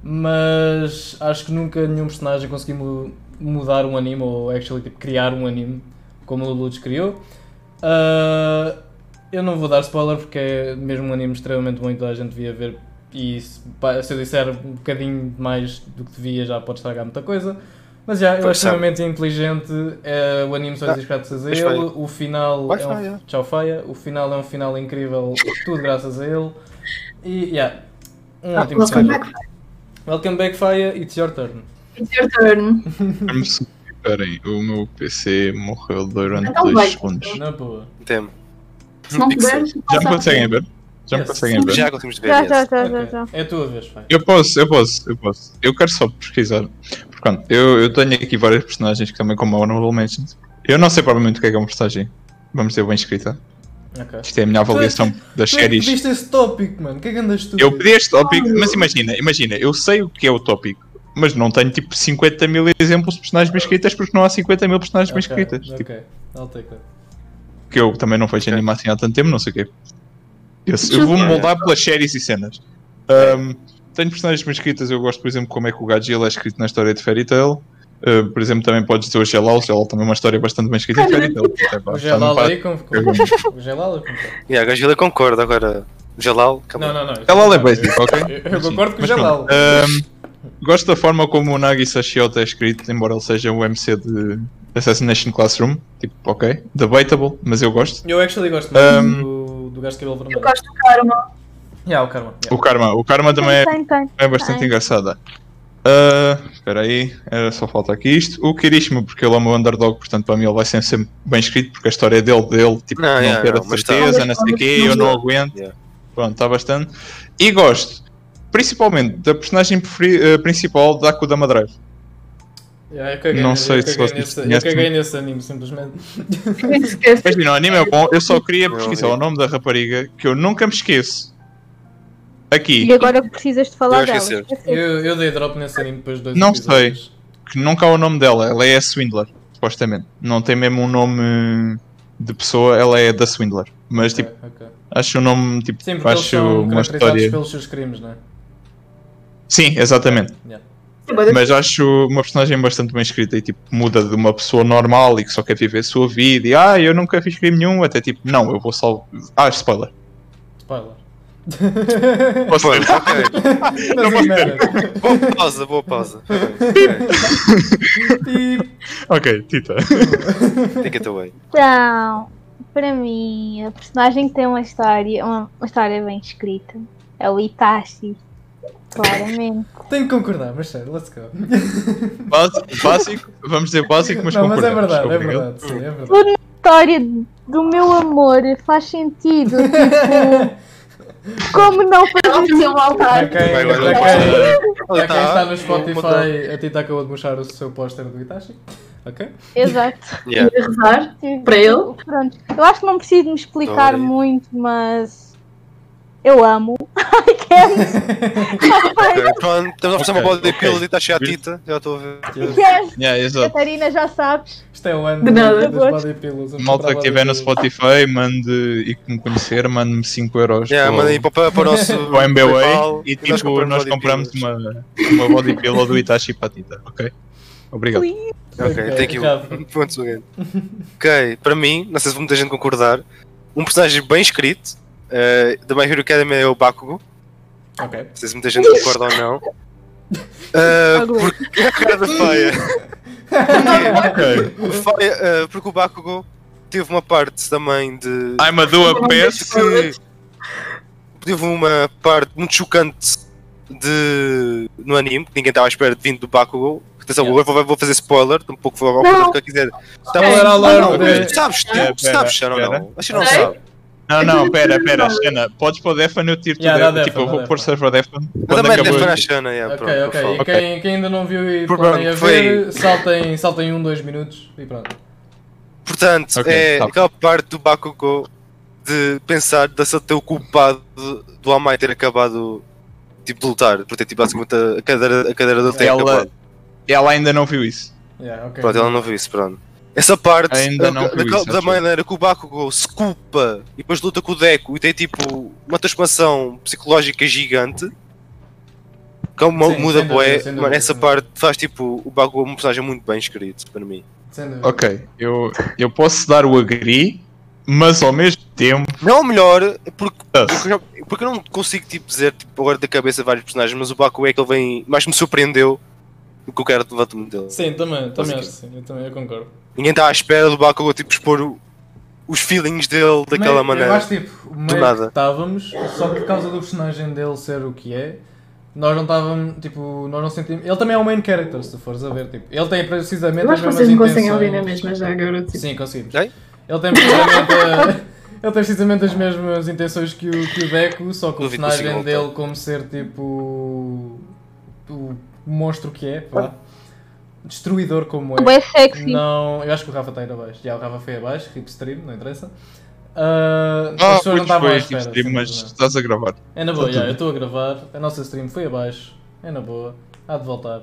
S1: mas acho que nunca nenhum personagem conseguiu mu- mudar um anime, ou actually tipo, criar um anime, como o Lelouch criou. Ah, eu não vou dar spoiler porque é mesmo um anime extremamente bom e toda a gente devia ver. E se, pá, se eu disser um bocadinho mais do que devia, já pode estragar muita coisa. Mas já, ele é
S4: Pois sabe.
S1: extremamente inteligente. eh, o anime só
S4: Ah,
S1: existe graças a
S4: mas
S1: ele.
S4: foi.
S1: O final
S4: Vai,
S1: é
S4: vai,
S1: um,
S4: é.
S1: tchau, faia. O final é um final incrível, tudo graças a ele. E yeah, um
S3: Ah,
S1: ótimo
S3: welcome
S1: final.
S3: back.
S1: Welcome back, Fire. It's your turn.
S3: It's your turn.
S2: Espera-me só- Esperem, o meu PC morreu durante
S3: Então
S2: 2
S3: vai.
S2: segundos.
S1: Na boa.
S4: Damn.
S3: Se não
S4: Pixel.
S3: puderes,
S2: Já me
S3: passa.
S2: conseguem ver? Já me
S1: Yes.
S2: conseguem ver?
S4: Já conseguimos ver.
S5: Já,
S4: yes.
S5: já, já, já,
S1: Ok,
S5: já.
S1: É a tua vez, Fire.
S2: Eu posso, eu posso, eu posso. Eu quero só pesquisar. Portanto, eu, eu tenho aqui vários personagens que também como honorable mentions. Eu não sei provavelmente o que é que é um personagem. Vamos dizer bem escrita.
S1: Ok.
S2: Isto é a minha avaliação das
S1: Tu é que
S2: séries.
S1: pediste esse tópico, mano. O que é que andas tu?
S2: Eu pedi este tópico, mas imagina, imagina, eu sei o que é o tópico, mas não tenho tipo 50 mil exemplos de personagens bem escritas porque não há 50 mil personagens bem escritas.
S1: Ok,
S2: Tipo,
S1: ok. I'll take that.
S2: que eu também não vejo anime assim há tanto tempo, não sei o quê. Eu, eu
S3: Justo.
S2: vou-me moldar pelas séries e cenas. Ahm, tenho personagens bem escritas, eu gosto, por exemplo, como é que o Gajil é escrito na história de Fairy Tail. Ah, por exemplo, também podes dizer o Gelal, o Gelal também é uma história bastante bem escrita em Fairy Tail. Tipo, é pá,
S1: O
S2: está num
S1: Gelal
S2: par-
S1: aí com... com- O Gelal é com...
S4: Yeah, Gajila concorda agora. Jalal,
S1: Não,
S4: acabou.
S1: não, não.
S2: Gelal é basic, ok?
S1: Eu- Eu concordo com o
S2: Mas Um, pronto,
S1: Gelal.
S2: ahm, gosto da forma como o Nagi Sashioto é escrito, embora ele seja um MC de Assassination Classroom. Tipo, ok, debatable, mas eu gosto.
S1: Eu actually gosto mais
S2: um,
S1: do, do gajo de cabelo vermelho.
S3: Eu gosto do karma.
S1: Yeah, o Karma. yeah.
S2: O Karma, o Karma também é
S5: Tem, tem.
S2: É bastante
S5: Ai.
S2: engraçada. Ah, Espera aí, era só falta aqui isto. O Kirishima, porque ele é o meu underdog, portanto para mim ele vai ser sempre bem escrito, porque a história é dele, dele, tipo,
S4: Não,
S2: não,
S4: yeah,
S2: ter
S4: não,
S2: a
S4: mas tá.
S2: certeza, não sei o quê, eu não aguento.
S4: Yeah.
S2: Pronto, está bastante. E gosto, principalmente, da personagem preferi- eh, principal da Akudama Drive.
S1: Yeah, eu caguei
S2: Não
S1: nesse-
S2: sei
S1: eu
S2: se
S1: caguei
S2: vocês
S1: nesse- Eu
S2: conhecem.
S1: caguei nesse anime, simplesmente.
S3: Ninguém se esquece.
S2: Imagina, o anime é bom, eu só queria
S4: Não,
S2: pesquisar
S4: é.
S2: o nome da rapariga, que eu nunca me esqueço. Aqui,
S5: E agora precisas de falar
S4: Eu
S5: dela.
S4: esqueci.
S1: Eu, eu dei drop nesse anime depois de dois
S2: Não
S1: episódios. sei.
S2: que nunca há o nome dela, ela é a Swindler, supostamente. Não tem mesmo um nome de pessoa, ela é da Swindler. Mas tipo, acho o nome tipo,
S1: Ah, Sim, porque eles
S2: acho
S1: são
S2: uma
S1: caracterizados
S2: história.
S1: pelos seus crimes, não é?
S2: Sim, exatamente.
S1: Yeah.
S3: Tipo,
S2: Mas acho uma personagem bastante bem escrita e tipo, muda de uma pessoa normal e que só quer viver a sua vida e ah, eu nunca fiz crime nenhum, até tipo, não, eu vou salvar. Ah, spoiler.
S1: Spoiler.
S2: Posso
S4: Pois,
S2: dizer?
S4: ok.
S1: Não
S2: posso
S1: é merda.
S4: Boa pausa, boa pausa.
S1: E-
S2: ok, Tita.
S4: Take it away.
S5: Então, para mim, a personagem que tem uma história, uma, uma história bem escrita é o Itachi. Claramente.
S1: Tenho que concordar, mas sério, let's go.
S2: Básico, básico, vamos dizer básico, mas
S1: não, mas é
S2: concordamos.
S1: verdade, é
S2: Obrigado.
S1: verdade, sim, é verdade.
S5: a história do meu amor faz sentido. Como não
S3: Ela
S5: fazer
S3: tem um
S1: Para
S3: altar.
S1: quem,
S4: Vai, vai,
S1: para
S4: vai. tá-
S1: quem- para
S4: Olha,
S2: Tá.
S1: quem está no
S4: Vou
S1: Spotify, a Tita acabou de mostrar o seu póster do Itachi. Ok?
S5: Exato.
S4: Yeah.
S3: de rezar.
S5: Sim.
S3: Para ele?
S5: Pronto. Eu acho que não preciso me explicar
S4: Adorei.
S5: muito, mas eu amo. Ai, que é, Queres?
S4: Pronto, estamos a oferecer uma
S2: Ok,
S4: bola de
S2: ok.
S4: pílula e está cheia a tita, já estou a ver.
S5: Queres?
S2: Yeah, exato.
S5: é, Catarina, já sabes.
S1: Isto é o ano
S3: De nada.
S1: das body pillows. vamos
S2: Malta
S1: comprar
S2: que estiver no
S1: body pillows.
S2: Spotify mande e que me conhecer, mande-me 5 euros
S4: Yeah,
S2: para o-
S4: manda aí para, para o nosso.
S2: para o MBA
S4: PayPal
S2: e tipo, nós compramos
S4: bodybuilders.
S2: uma, uma body pillow do Itachi Patita, ok? Obrigado.
S4: Ok, thank you.
S1: Ricardo.
S4: Once again. ok, para mim, não sei se muita gente concordar, um personagem bem escrito eh, da My Hero Academy é o Bakugo.
S1: Ok.
S4: Não sei se muita gente concorda ou não. Ah, porque a cara da feia.
S2: Ok.
S4: Feia, ah, porque o Bakugo teve uma parte também de.
S2: I'm a do PS.
S4: que teve uma parte muito chocante de, no anime, que ninguém estava à espera de vindo do Bakugo. Atenção,
S1: Yeah.
S4: eu vou, vou fazer spoiler, um pouco ao
S3: Não.
S4: que eu quiser. Tá
S1: Spoiler alert,
S4: Não,
S1: ok.
S4: Sabes, tu,
S2: Espera,
S4: sabes, Sharon,
S2: espera.
S4: não. Acho que não
S3: Ok.
S4: sabe.
S2: Não, não, pera, pera, Xena, podes pôr Defan eu tiro
S1: Yeah, dá
S2: tudo. Tipo,
S1: Defan,
S2: eu
S1: dá
S2: vou pôr
S1: Defan.
S2: server Defan.
S4: Eu
S2: Quando
S4: também devo
S2: acabou.
S4: para a Shana, yeah, pronto,
S1: Ok,
S4: eu
S1: ok.
S4: falo.
S1: E quem, quem ainda não viu e
S4: Pronto,
S1: planeia a
S4: foi
S1: ver, saltem, saltem um, dois minutos e pronto.
S4: Portanto,
S2: Ok,
S4: é
S2: tá.
S4: aquela parte do Bakugo de pensar de ser o culpado de- do Amai ter acabado tipo, de lutar, por ter tipo, basicamente a cadeira, a cadeira dele ter
S2: Ela,
S4: acabado.
S2: ela ainda não viu isso.
S1: Yeah, ok.
S4: Pronto, ela não viu isso, pronto. Essa parte
S2: Ainda
S4: a-
S2: não viu
S4: daquela-
S2: isso,
S4: da
S2: acho
S4: maneira que o Bakugo se culpa e depois luta com o Deku e tem tipo uma transformação psicológica gigante. Como
S1: Sim,
S4: muda
S1: sem dúvida,
S4: boé,
S1: sem
S4: mano,
S1: dúvida,
S4: essa
S1: sem
S4: parte faz tipo o Bakugo um personagem muito bem escrito para mim.
S1: Sem dúvida.
S2: Ok, eu, eu posso dar o agree, mas ao mesmo tempo.
S4: Não é o melhor, porque Porque eu, já- porque eu não consigo tipo, dizer tipo, agora da cabeça vários personagens, mas o Baku é que ele vem. mais me surpreendeu do que eu quero levar me dele.
S1: Sim, também, também acho que sim, eu também eu concordo.
S4: Ninguém está à espera do Baku tipo, expor o- os feelings dele daquela
S1: Meio-
S4: maneira.
S1: Eu acho tipo, meio que
S4: nada.
S1: estávamos, só que por causa do personagem dele ser o que é, nós não estávamos, tipo, nós não sentimos. Ele também é um main character, se tu fores a ver, tipo. Ele tem precisamente
S3: Eu
S1: as
S3: acho que
S1: mesmas
S3: vocês me conseguem
S1: intenções.
S3: ouvir na mesma já agora. Tipo.
S1: Sim, conseguimos.
S4: Ei?
S1: Ele tem precisamente, a- ele tem precisamente as mesmas intenções que o, que o Deku, só que o
S4: Duvido que
S1: personagem
S4: consiga
S1: dele
S4: voltar.
S1: como ser tipo o monstro que é, pá. Destruidor como é.
S5: Bem sexy.
S1: Não, eu acho que o Rafa está a ir abaixo. Já o Rafa foi abaixo, hip stream, não interessa. Ah, as
S2: Ah,
S1: pessoas não
S2: pois
S1: estavam à
S2: foi,
S1: espera.
S2: tipo,
S1: sim,
S2: mas
S1: não.
S2: estás a gravar.
S1: É na boa, já, eu estou a gravar, a nossa stream foi abaixo, é na boa, há de voltar.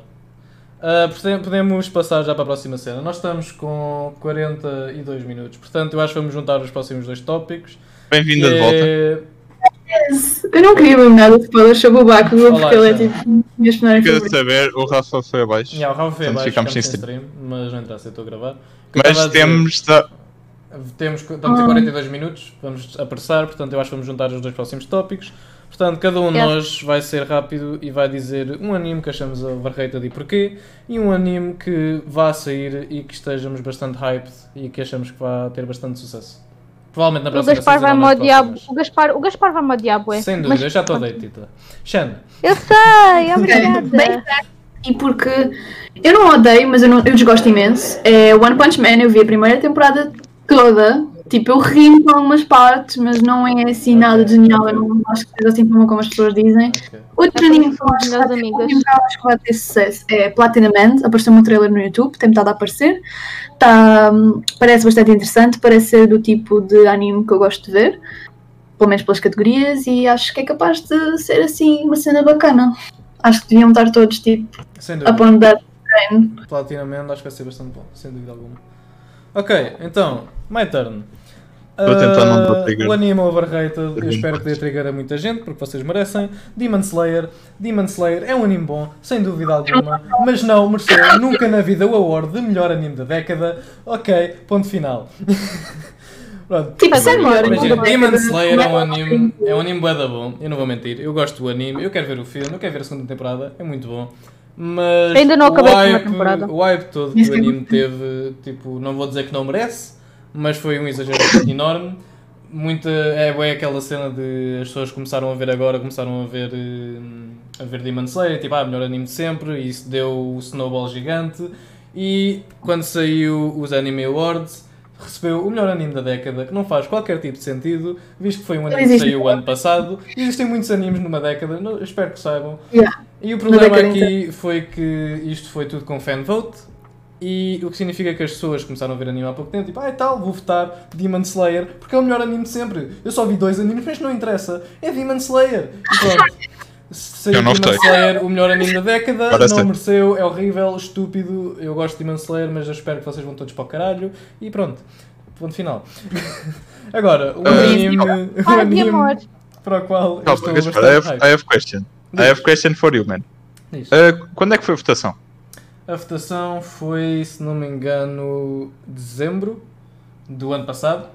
S1: Ah, portem- podemos passar já para a próxima cena. Nós estamos com 42 minutos, portanto eu acho que vamos juntar os próximos dois tópicos.
S2: Bem-vinda de volta.
S1: volta.
S3: Eu não queria mesmo nada de spoilers sobre o Bakugo
S1: Olá,
S3: porque ele é
S1: Sara.
S3: tipo minha personagem
S2: Quero
S3: favorita.
S2: saber, o Rafa foi abaixo.
S1: Já, o Rafa foi
S2: Portanto,
S1: abaixo, ficamos
S2: ficamos sem
S1: sem stream, mas não interessa, eu estou a gravar. O que eu estava a
S2: Mas
S1: dizer-
S2: temos. Da...
S1: Temos,
S5: Ah.
S1: estamos a 42 minutos, vamos apressar, portanto eu acho que vamos juntar os dois próximos tópicos. Portanto, cada um de
S5: Yes.
S1: nós vai ser rápido e vai dizer um anime que achamos overrated e porquê, e um anime que vá sair e que estejamos bastante hyped e que achamos que vai ter bastante sucesso. Provavelmente na
S5: O
S1: próxima
S5: Gaspar
S1: season ou
S5: vai-me
S1: nas
S5: odiar.
S1: próximas.
S5: O Gaspar, o Gaspar vai-me odiar, bué.
S1: é Sem dúvida,
S5: Mas-
S1: eu já estou a dar, Tita. Shan,
S5: Eu sei,
S3: Bem
S5: obrigada.
S3: E porque eu não odeio, mas eu, não, eu desgosto imenso. É One Punch Man, eu vi a primeira temporada toda. Tipo, eu rimo com algumas partes, mas não é assim nada de genial. Eu não acho que seja assim como, como as pessoas dizem.
S1: ok.
S3: Outro anime que eu acho que vai
S5: Meus
S3: ter-
S5: amigos.
S3: um que eu acho que vai ter sucesso é Platinum Man. Apareceu-me um trailer no YouTube, tem estado a aparecer. Tá, hum, parece bastante interessante, parece ser do tipo de anime que eu gosto de ver. Pelo menos pelas categorias, e acho que é capaz de ser assim uma cena bacana. Acho que deviam estar todos tipo
S1: Sem dúvida.
S3: upon that
S1: Platinamente acho que vai ser bastante bom, sem dúvida alguma. Ok, então, my turn.
S2: Vou tentar não dar
S1: Ah,
S2: trigger.
S1: O anime overrated, eu espero que dê trigger a muita gente, porque vocês merecem. Demon Slayer, Demon Slayer é um anime bom, sem dúvida alguma, mas não mereceu nunca na vida o award de melhor anime da década. Ok, ponto final. Pronto.
S3: Tipo, sem moral.
S1: Imagina,
S3: Não é?
S1: Demon Slayer é um anime, é um anime bué da bom, eu não vou mentir, eu gosto do anime, eu quero ver o filme, eu quero ver a segunda temporada, é muito bom. Mas
S5: Ainda não
S1: o
S5: acabei a primeira
S1: hype-
S5: temporada.
S1: O hype todo que o anime teve, tipo, não vou dizer que não merece, mas foi um exagero enorme. Muita, é bué aquela cena de as pessoas começaram a ver agora, começaram a ver hum, a ver Demon Slayer, tipo, ah, melhor anime de sempre, e isso deu o snowball gigante. E quando saiu os Anime Awards, recebeu o melhor anime da década, que não faz qualquer tipo de sentido, visto que foi um anime que
S3: existe.
S1: saiu o ano passado. Existem muitos animes numa década, não- espero que saibam.
S3: Yeah.
S1: E o problema
S3: década
S1: aqui foi que isto foi tudo com fan vote. E o que significa que as pessoas começaram a ver anime há pouco tempo, tipo, ah, e tal, vou votar Demon Slayer, porque é o melhor anime de sempre. Eu só vi dois animes, mas não interessa, é Demon Slayer. E pronto. saiu
S2: Eu não
S1: Demon
S2: gostei.
S1: Slayer, o melhor anime da década,
S2: Parece
S1: não
S2: ser.
S1: mereceu, é horrível, estúpido. Eu gosto de Demon Slayer, mas eu espero que vocês vão todos para o caralho. E pronto, ponto final. Agora, o anime, o
S5: Ah, Para de amor.
S1: anime para o qual eu
S2: Calma,
S1: estou
S2: Gaspar, I have,
S1: bastante
S2: I
S1: hype.
S2: have question. I have question for you, man.
S1: Diz.
S2: Uh, quando é que foi a votação?
S1: A votação foi, se não me engano, dezembro do ano passado.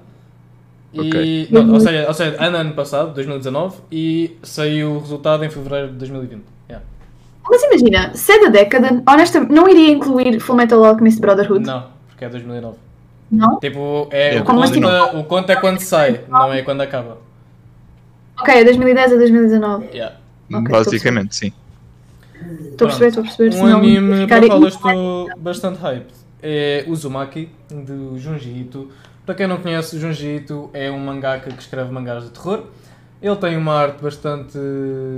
S1: E,
S2: Ok.
S1: não, ou seja, ou seja, ano, ano passado, 2019, e saiu o resultado em fevereiro de 2020. Yeah.
S3: Mas imagina, se é da década, honestamente, não iria incluir Full Metal Alchemist Brotherhood.
S1: Não, porque é 2009.
S3: Não?
S1: Tipo, é,
S2: É,
S1: o,
S2: como
S1: conto,
S2: assim?
S1: o conto é quando sai, não é quando acaba.
S3: Ok, é 2010 a 2019.
S1: Yeah.
S3: Ok,
S2: Basicamente, sim.
S3: Estou a perceber, estou a perceber.
S1: Um
S3: senão
S1: anime
S3: ficar
S1: para o qual eu
S3: aí-
S1: estou bastante hyped é Uzumaki, do Junji Ito. Para quem não conhece, o Junji Ito é um mangaka que escreve mangás de terror. Ele tem uma arte bastante,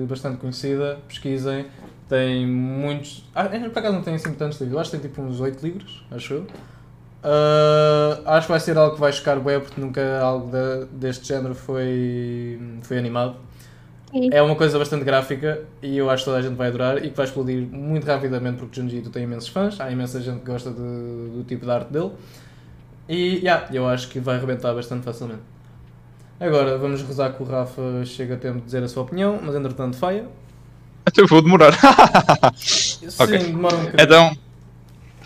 S1: bastante conhecida, pesquisem. Tem muitos. Ah, eu, por acaso não tem assim tantos livros, eu acho que tem tipo uns 8 livros, acho eu. Ah, acho que vai ser algo que vai chocar bem, porque nunca algo da- deste género foi, foi animado.
S5: Sim.
S1: É uma coisa bastante gráfica e eu acho que toda a gente vai adorar e que vai explodir muito rapidamente porque Junji Ito tem imensos fãs, há imensa gente que gosta de- do tipo de arte dele e yeah, eu acho que vai arrebentar bastante facilmente. Agora vamos rezar que o Rafa chega a tempo de dizer a sua opinião, mas entretanto falha.
S2: Então eu vou demorar.
S1: Sim,
S2: Ok.
S1: demora um bocadinho.
S2: então,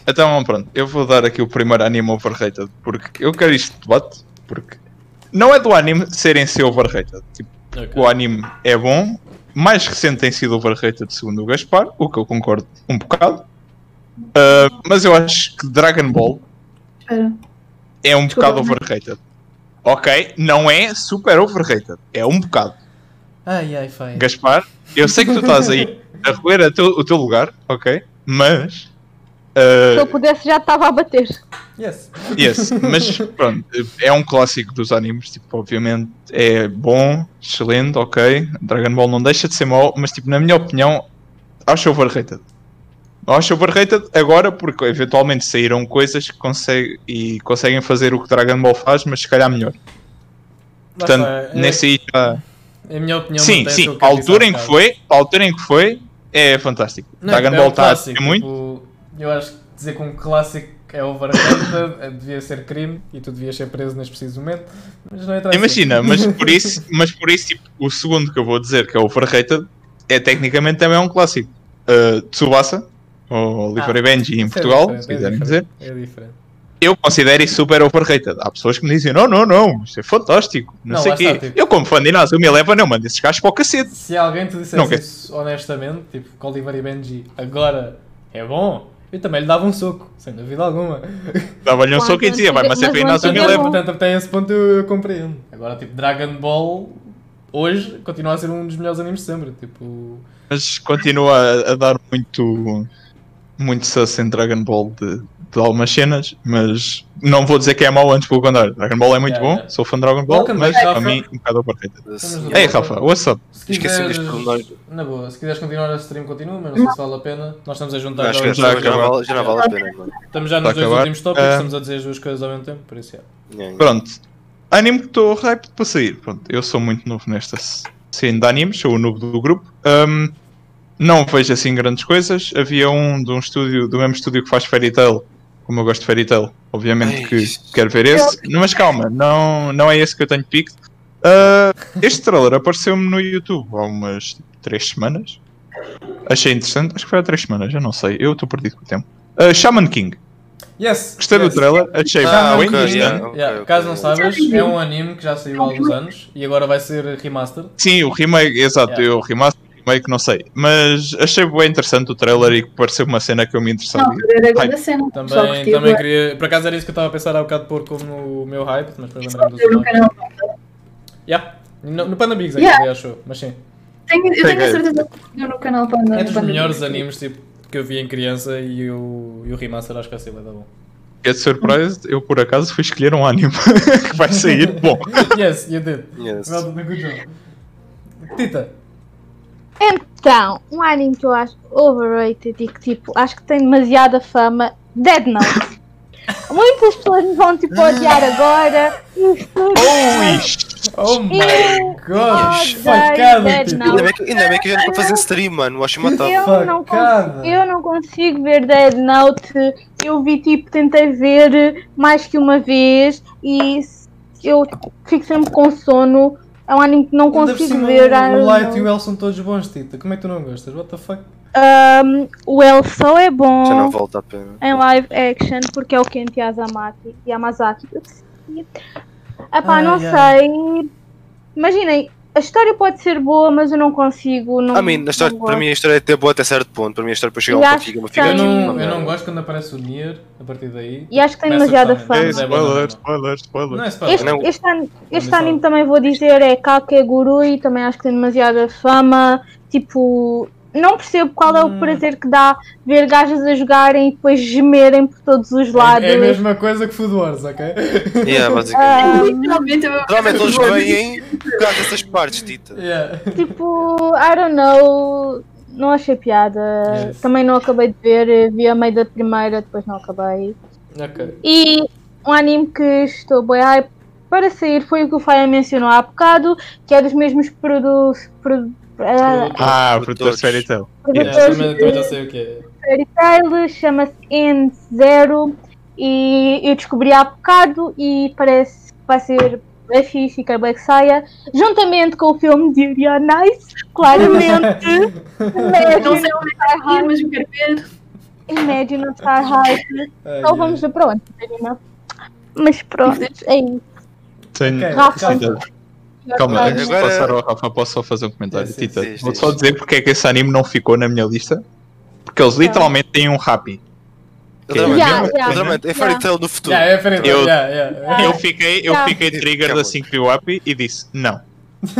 S2: então, pronto, eu vou dar aqui o primeiro anime overrated porque eu quero isto de debate. Porque não é do anime ser em si overrated. Tipo,
S1: Ok.
S2: o anime é bom, mais recente tem sido overrated, segundo o Gaspar, o que eu concordo um bocado. Ah, mas eu acho que Dragon Ball
S3: Espera.
S2: é um
S3: Desculpa,
S2: bocado overrated. Ok, não é super overrated, é um bocado.
S1: Ai ai, falha.
S2: Gaspar, eu sei que tu estás aí a roer a teu- o teu lugar, ok? Mas. ah,
S5: Se eu pudesse já estava a bater.
S1: Yes.
S2: Yes, mas pronto, é um clássico dos animes, tipo, obviamente é bom, excelente, ok. Dragon Ball não deixa de ser mau, mas tipo, na minha opinião, acho overrated. Acho overrated agora porque eventualmente saíram coisas que consegue, e conseguem fazer o que Dragon Ball faz, mas se calhar melhor.
S1: Lá
S2: Portanto,
S1: está, é-
S2: nesse aí já.
S1: É a minha opinião.
S2: Sim,
S1: mantém-se
S2: sim,
S1: o que
S2: a
S1: eu disse
S2: altura
S1: há
S2: em que
S1: bocado.
S2: foi, a altura em que foi, é fantástico.
S1: Não,
S2: Dragon
S1: é
S2: Ball
S1: um
S2: está a
S1: clássico,
S2: ser muito.
S1: tipo, eu acho que dizer que um clássico é overrated eh, devia ser crime e tu devias ser preso neste preciso momento. Mas não é trágico.
S2: Imagina, mas por isso, mas por isso tipo, o segundo que eu vou dizer, que é o Overrated, é tecnicamente também um clássico. Uh, Tsubasa, ou Oliver
S1: Ah,
S2: e Benji em
S1: Isso é
S2: Portugal,
S1: diferente,
S2: se
S1: é
S2: quiserem dizer.
S1: diferente, É diferente.
S2: Eu considero isso super overrated. Há pessoas que me dizem, não, não, não, isto é fantástico, não,
S1: Não,
S2: sei
S1: lá
S2: o quê.
S1: está, tipo-
S2: Eu como fã de Inazuma me leva, não, mando esses gajos para o cacete.
S1: Se alguém te dissesse
S2: Não, ok.
S1: isso honestamente, tipo, que Oliver e Benji agora é bom, eu também lhe dava um soco, sem dúvida alguma.
S2: Dava-lhe um
S5: Claro,
S2: soco e dizia, vai, mas
S5: mas
S2: é para
S5: não
S2: Inazuma me
S5: entendo.
S2: leva.
S1: Portanto, até esse ponto eu, eu compreendo. Agora, tipo, Dragon Ball hoje continua a ser um dos melhores animes de sempre. Tipo,
S2: Mas continua a, a dar muito muito sus em Dragon Ball de, de algumas cenas, mas não vou dizer que é mau antes, pelo contrário. Dragon Ball é muito
S1: Yeah,
S2: bom,
S1: yeah.
S2: sou fã de Dragon Ball,
S1: Welcome
S2: mas
S1: back,
S2: para
S1: Rafa.
S2: mim um bocado overrated.
S1: Vamos
S2: Ei
S1: lá.
S4: Yeah.
S2: Rafa, what's up?
S1: se
S4: Esqueci-me
S1: quiseres,
S4: deste pormenor.
S1: na boa, se quiseres continuar a stream, continua, mas não sei se vale a pena. Nós estamos a juntar
S4: Não,
S1: agora,
S4: esquece,
S2: já
S4: já, não
S2: acabou.
S4: vale, já não vale a É. pena. mano.
S1: estamos já nos
S2: Está a
S1: dois
S2: acabar.
S1: últimos tópicos,
S2: Ah.
S1: estamos a dizer as duas coisas ao mesmo tempo, por isso é.
S4: Yeah, yeah.
S2: Pronto, anime que estou hyped para sair. Pronto, eu sou muito novo nesta c- cena de animes, sou o noob do grupo. Ahm, não vejo assim grandes coisas. Havia um de um estúdio, do mesmo estúdio que faz Fairy Tail, como eu gosto de Fairy Tail, obviamente
S4: Ai.
S2: que quero ver esse. Mas calma, não, não é esse que eu tenho pico. este trailer apareceu-me no YouTube há umas tipo, três semanas. Achei interessante, acho que foi há três semanas, eu não sei, eu estou perdido com o tempo. Ah, Shaman King,
S1: Yes!
S2: gostei
S1: yes.
S2: do trailer, achei
S4: Ah,
S2: muito
S4: ok,
S2: interessante.
S4: yeah.
S1: Yeah,
S4: ok,
S1: caso não
S4: ok.
S1: saibas, é um anime que já saiu há alguns anos e agora vai ser remaster.
S2: Sim, o remake, exato,
S1: Yeah.
S2: eu o remaster, o remake, não sei. Mas achei bem interessante o trailer e que pareceu uma cena que eu me interessava.
S3: Não, era a grande cena. o pessoal
S1: Também,
S3: curtiu,
S1: também
S3: é.
S1: queria. Por acaso era isso que eu estava a pensar há bocado pôr como o meu hype, mas depois lembrei-me do
S3: Eu no
S1: Zumbi.
S3: canal.
S1: Yeah. No, no Panda Bigs
S3: Yeah.
S1: ainda, achou, mas sim.
S3: Tenho- Eu tenho a
S2: Peguei.
S3: certeza que eu no canal para andar.
S1: É dos melhores animes tipo, que eu vi em criança e o, e o remaster acho que vai ser bem da bom.
S2: Get surprised, eu por acaso fui escolher um anime que vai sair. Bom,
S1: yes, you did.
S4: Yes.
S1: Well done, good job. Tita,
S5: Então, um anime que eu acho overrated e que tipo, acho que tem demasiada fama, Dead Note. Muitas pessoas me vão tipo odiar agora. Isto
S1: Oh my
S5: Eu
S1: god!
S5: odeio
S1: Facada,
S5: Dead
S1: tipo!
S5: Note.
S4: Ainda bem que, ainda bem que eu já não estou a fazer stream, mano. tá- Acho matado.
S5: Eu não,
S1: Tá Facada.
S5: consigo, eu não consigo ver Dead Note. Eu vi, tipo, tentei ver mais que uma vez e s- eu fico sempre com sono. É um anime que não
S1: Ainda por
S5: consigo
S1: cima,
S5: ver. ah, I
S1: O
S5: don't
S1: Light e o
S5: know.
S1: El são todos bons, Tita. Como é que tu não gostas? What the fuck?
S5: Um, o El só é
S4: Já não
S5: bom
S4: volta a pena.
S5: em live action porque é o Kent Yazamaki, Yamazaki. Epá,
S1: Ai,
S5: não
S1: ai.
S5: sei. Imaginem, a história pode ser boa, mas eu não consigo. Não,
S4: A mim, na história,
S5: não
S4: para
S5: gosto.
S4: mim a história é até boa até certo ponto. Para mim a história depois chega a um
S5: Eu
S4: ponto
S5: acho
S4: que fica uma
S5: que
S4: fica
S1: Eu
S5: Ai,
S1: não,
S4: uma
S1: eu não
S4: merda.
S1: gosto quando aparece o Nier, a partir daí.
S5: E acho que tem
S1: Começa
S5: demasiada
S1: também.
S5: fama.
S2: É,
S1: Mas é bom, não é
S2: spoiler,
S1: bom.
S2: spoiler, spoiler.
S1: Não é spoiler.
S5: Este,
S4: Não.
S5: este, an- este
S1: sabe.
S5: anime também vou dizer é Kakeguru e também acho que tem demasiada fama. Tipo, não percebo qual é
S1: Hum.
S5: o prazer que dá ver gajas a jogarem e depois gemerem por todos os lados.
S1: É a mesma coisa que Food Wars, ok?
S4: Yeah,
S5: Ah.
S4: basicamente.
S3: Literalmente eu
S4: Realmente eles vêm por causa dessas partes, Tita.
S1: Yeah.
S5: Tipo, I don't know. Não achei piada.
S1: Yes.
S5: Também não acabei de ver. eh, Vi a meio da primeira, depois não acabei.
S1: Ok.
S5: E um anime que estou bem hype para sair foi o que o Faia mencionou há bocado, que é dos mesmos produ produ- ah,
S2: Ah,
S4: Por
S2: produtor
S4: todos.
S2: Fairy Tail.
S1: Yeah,
S5: produtores
S1: também, também já sei o que é.
S5: Fairy Tail, chama-se End Zero e eu descobri há bocado e parece que vai ser bem fixe, fiquei bem que é saia, juntamente com o filme de Uriah Nice, claramente.
S3: não sei onde é que
S5: Imagine
S3: vai ir, mas eu quero ver.
S5: Imagine of Star Hype.
S1: Ai,
S5: Então vamos
S1: ai.
S5: ver para onde, Catarina. Mas pronto, é isso.
S2: Tenho.
S1: Ok,
S5: Rafa.
S1: Tita,
S2: Calma,
S4: Agora-
S2: antes de passar ao Rafa, posso só fazer um comentário.
S1: Sim, sim,
S2: Tita,
S4: sim,
S2: vou
S4: sim.
S2: só dizer porque é que esse anime não ficou na minha lista. Porque eles literalmente têm um happy. Que é a mesma
S4: Literalmente,
S5: Yeah, yeah.
S2: coisa.
S4: Literalmente, é Fairy Tail no futuro.
S1: Yeah, é diferente.
S2: Eu-
S1: yeah, yeah.
S5: Ah,
S2: Eu fiquei, eu
S5: Yeah.
S2: fiquei triggered
S4: Acabou.
S2: assim que vi o happy e disse não.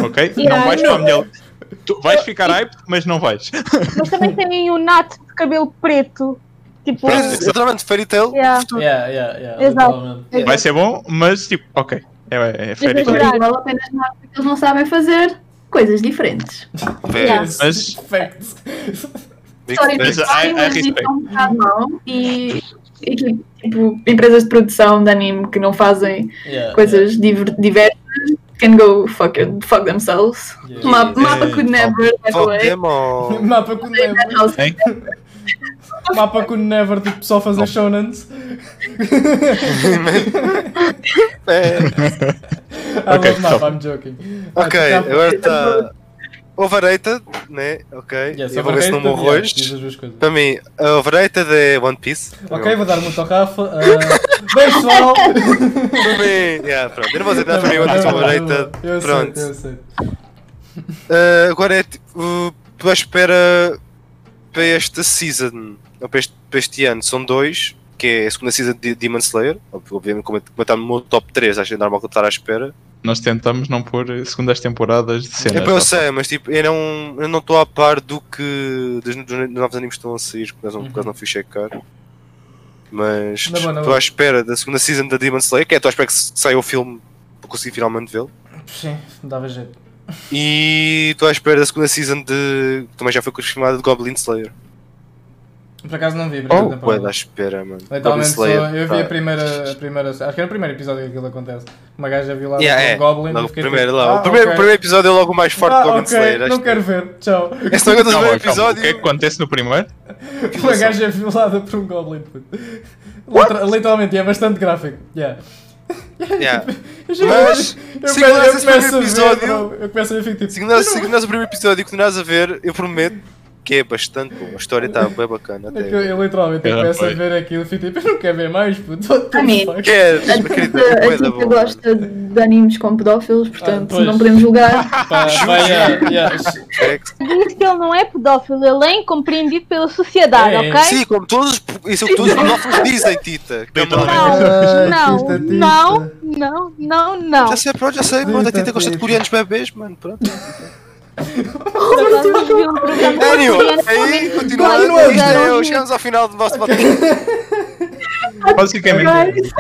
S2: Ok?
S5: Yeah,
S2: Não vais
S5: não.
S2: para a minha lista. Tu vais ficar hype, mas não vais.
S5: Mas também tem o Nato de cabelo preto. Tipo,
S4: Mas, Literalmente, Fairy Tail
S5: Yeah.
S4: no futuro.
S1: Yeah, yeah, yeah,
S5: Exato.
S1: literalmente.
S2: Vai ser bom, mas tipo, ok. É, é, é Fairy Tail.
S5: Exagerado.
S3: Igual apenas nada, porque eles não sabem fazer coisas diferentes.
S4: Bem,
S2: Mas-
S1: Facts.
S4: big
S3: Sorry,
S2: Mas
S4: facts.
S2: há- há
S3: mas
S2: respeito.
S3: estão um bocado mal e, e que, tipo, empresas de produção de anime que não fazem
S1: Yeah,
S3: coisas diver- diversas can go fuck, it- fuck themselves.
S1: yeah, yeah.
S3: Ma- Mapa could never, by the
S4: Fuck
S3: way.
S4: them all.
S1: Mapa com never.
S2: Hein?
S1: Mapa com never, tipo, só fazer shonans.
S4: É.
S1: I
S2: Ok,
S1: love Ah, mapa,
S2: stop.
S1: I'm joking.
S4: Ok,
S1: Ah, tá.
S4: agora está. Overrated, né? Ok.
S1: Yes,
S4: e agora se não
S1: overrated,
S4: morro
S1: yeah, é diz
S4: hoje.
S1: as duas coisas.
S4: Para mim, a overrated é One Piece.
S1: Ok, vou dar muito ao Rafa. Uh, beijo, pessoal!
S4: Para mim, yeah, pronto. Eu não vou dizer nada para mim,
S1: Eu
S4: One Piece é
S1: eu
S4: overrated.
S1: aceito,
S4: Pronto.
S1: eu aceito.
S4: Ah, agora é tipo. Tu à espera para esta season, ou para este, para este ano, são dois, que é a segunda season de Demon Slayer. Obviamente, como está no meu top 3, acho que é normal que eu estar à espera.
S2: Nós tentamos não pôr eh, segundas temporadas de
S4: É
S2: cenas.
S4: para eu
S2: tá?
S4: sei, mas tipo, eu não eu não estou a par do que. dos, dos novos animes que estão a sair, por causa, por
S1: Uhum.
S4: causa não fui checar. Mas
S1: Na boa, na
S4: estou
S1: boa.
S4: à espera da segunda season da Demon Slayer, que é estou à espera que se- saia o filme para conseguir finalmente vê-lo.
S1: Sim, dava jeito.
S4: E estou à espera da segunda season de. que também já foi confirmada de Goblin Slayer.
S1: Por acaso não vi a primeira
S4: Oh, bué
S1: temporada.
S4: da espera, mano. Goblin
S1: Literalmente só,
S4: Slayer.
S1: Então, eu vi a
S4: pá.
S1: primeira, a primeira. Acho que era o primeiro episódio que aquilo acontece. Uma gaja viu lá o
S4: Yeah, é.
S1: Goblin
S4: Logo,
S1: e fiquei
S4: primeiro,
S1: tipo,
S4: lá.
S1: ah,
S4: o primeiro,
S1: ok.
S4: o primeiro episódio é logo o mais forte de
S1: ah,
S4: Goblin
S1: ok,
S4: Slayer. acho
S1: não
S4: que- é.
S1: quero ver, tchau.
S4: Esse não é
S2: Calma,
S4: o primeiro
S2: calma. O
S4: episódio.
S2: que é que acontece no primeiro?
S1: Uma gaja é violada por um Goblin. puto. Literal- Literalmente, e é bastante gráfico. Yeah.
S4: Yeah.
S1: Eu já-
S4: Mas,
S1: eu,
S4: se
S1: começo- eu
S4: ignorares esse
S1: começo a
S4: primeiro
S1: ver,
S4: episódio-
S1: bro, eu começo a ver, fico tipo.
S4: Se ignoras, se ignoras o primeiro episódio e continuares a ver, eu prometo que é bastante bom. A história está bem bacana
S1: é que eu,
S4: até.
S1: eu literalmente eu
S2: Ah,
S1: começo a
S2: foi.
S1: ver aquilo e fico tipo, eu não quero ver mais, puto. What the
S3: I mean,
S1: fuck?
S4: Queres,
S3: A
S4: querido,
S3: Tita,
S4: é
S3: a
S4: bué da
S3: Tita
S4: bom.
S3: gosta de animes com pedófilos, portanto
S1: Ah, pois.
S3: não podemos julgar.
S1: Pá, pá, yeah, yeah.
S5: diz que ele não é pedófilo, ele é incompreendido pela sociedade,
S1: É,
S5: ok?
S4: Sim, como todos, isso é o que todos os pedófilos dizem, Tita. Que é uma
S2: Literalmente.
S4: merda.
S1: Ai,
S5: Não,
S1: Tita, Tita.
S5: não, não, não, não.
S4: Já sei, pronto, já sei, pronto, a Tita gosta de
S1: Tita.
S4: coreanos bebês, mano, pronto.
S5: Nós vamos ver um programa
S4: Anyway, aí,
S5: coreano.
S4: continuando,
S5: Claro,
S4: isto é,
S5: não.
S4: chegamos ao final do nosso podcast.
S2: Basicamente.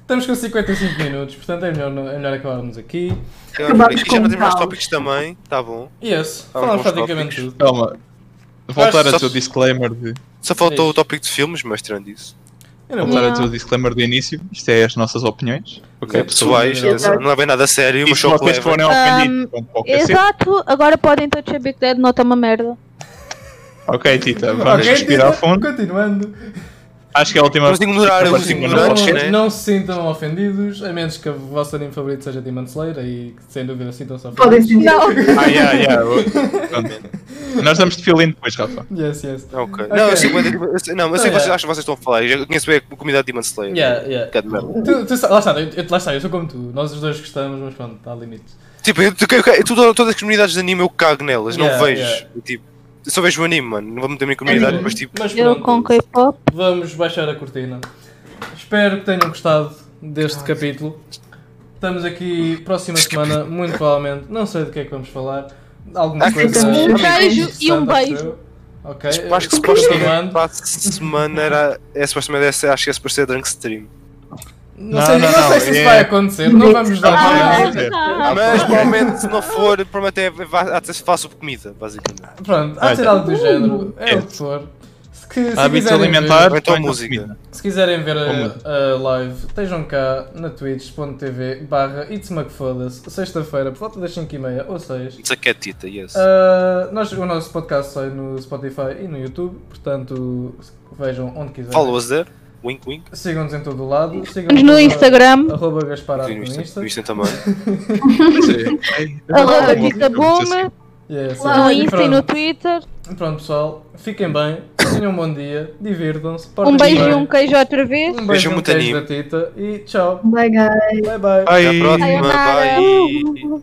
S1: Estamos com 55 minutos, portanto é melhor, é melhor acabarmos aqui.
S4: E já não temos mais tópicos também, tá bom.
S1: E esse,
S4: Ah,
S1: falámos
S4: bons
S1: praticamente
S4: tópicos.
S1: tudo.
S2: Calma. Voltar
S4: Acho
S2: ao
S4: só-
S2: teu disclaimer de.
S4: Só faltou o tópico de filmes, mas tirando isso.
S1: Eu não
S2: Voltar
S1: vou.
S2: a dizer o disclaimer do início, isto é as nossas opiniões. Ok,
S4: É, pessoais,
S1: Exato.
S4: atenção, não é bem nada sério,
S2: E
S4: mas
S2: se
S4: só que
S2: vocês
S4: leva.
S2: forem ofendidos, um pronto, qualquer ser.
S5: Um, Exato, agora podem todos saber que Dead Note é uma merda.
S2: Ok, Tita, vamos
S1: Ok,
S2: respirar
S1: Tita,
S2: fundo.
S1: Continuando.
S2: Acho que é a última.
S4: Vamos ignorar, vamos
S2: Não,
S4: ignorar. Não,
S2: não,
S4: né?
S1: Não, não se sintam ofendidos, a menos que o vosso anime favorito seja Demon Slayer, aí sem dúvida sintam-se
S3: Podem
S1: ofendidos.
S3: sentir.
S2: Ah, yeah, yeah. pronto. Nós damos de fill-in depois, Rafa.
S1: Yes, yes.
S4: Ok. Não, eu sei que eu sei- não, eu sei que vocês acham que vocês estão a falar. Eu já conheço bem a comunidade de Demon Slayer.
S1: é. Yeah, yeah.
S4: Bocado de merda.
S1: Tu, tu, sa- lá, está, eu, eu- lá está, eu sou como tu, nós os dois gostamos, mas pronto, há limites.
S4: Tipo, eu, eu- eu- eu- toda- todas as comunidades de anime eu cago nelas, não
S1: Yeah,
S4: vejo.
S1: yeah. É
S4: Eu, Tipo, eu só vejo o anime, mano. Não vou meter a minha comunidade, mas tipo,
S1: Mas
S5: Eu com
S1: pronto,
S5: K-pop.
S1: vamos baixar a cortina. Espero que tenham gostado deste capítulo. Estamos aqui próxima semana, muito provavelmente, não sei do que é que vamos falar. Alguma
S4: Ah,
S1: coisa.
S4: um
S5: beijo e um
S1: interessante, acho
S5: beijo.
S1: eu. Ok, é
S4: eu acho que
S2: um
S4: supostamente
S1: continuando.
S4: para a semana era. É supostamente essa, acho que é suposto ser Drunk Stream.
S1: Não, sei,
S2: Não,
S1: não,
S2: não, não,
S1: sei se isso
S2: é-
S1: vai acontecer, não vamos dar
S2: Ah,
S1: nada.
S2: é verdade.
S4: Mas provavelmente se não for, provavelmente é- vai- há de ser faço comida, basicamente.
S1: Pronto, há de ser
S2: Olha.
S1: algo do género, é
S2: É.
S1: o que for. Se, que- se
S2: Hábitos
S1: quiserem ver-
S2: alimentares,
S4: Ou então
S2: põe na
S4: música.
S2: comida.
S1: Se quiserem ver
S2: Como?
S4: é?
S1: a, a live, estejam cá na twitch.tv barra It's Mac Foda-se, sexta-feira, por volta das 5h30 ou 6.
S4: Desaquetita, é yes.
S1: Ah, nós, o nosso podcast sai no Spotify e no YouTube, portanto vejam onde quiserem.
S4: Follow-us there. Wink, wink.
S1: Sigam-nos em todo o lado. Sigam-nos
S5: Estamos no Instagram,
S1: Arroba Gaspar
S4: Sim, no
S1: Alpinista.
S4: Insta- no Insta também.
S2: é,
S5: arroba
S1: Sim.
S5: Tita Boomer,
S1: Yes,
S5: no
S1: yes. E
S5: Insta e no
S1: pronto,
S5: Twitter.
S1: pronto, pessoal, fiquem bem, tenham um bom dia, divirtam-se.
S5: Um
S1: portem-se
S5: beijo e
S1: bem.
S5: um queijo outra vez.
S1: Um beijo e
S4: Beijo
S1: um
S4: muito
S1: queijo
S4: anime.
S1: da Tita e tchau.
S3: Bye, guys.
S1: Bye bye.
S4: Até à próxima.
S5: Sayonara.
S4: Bye.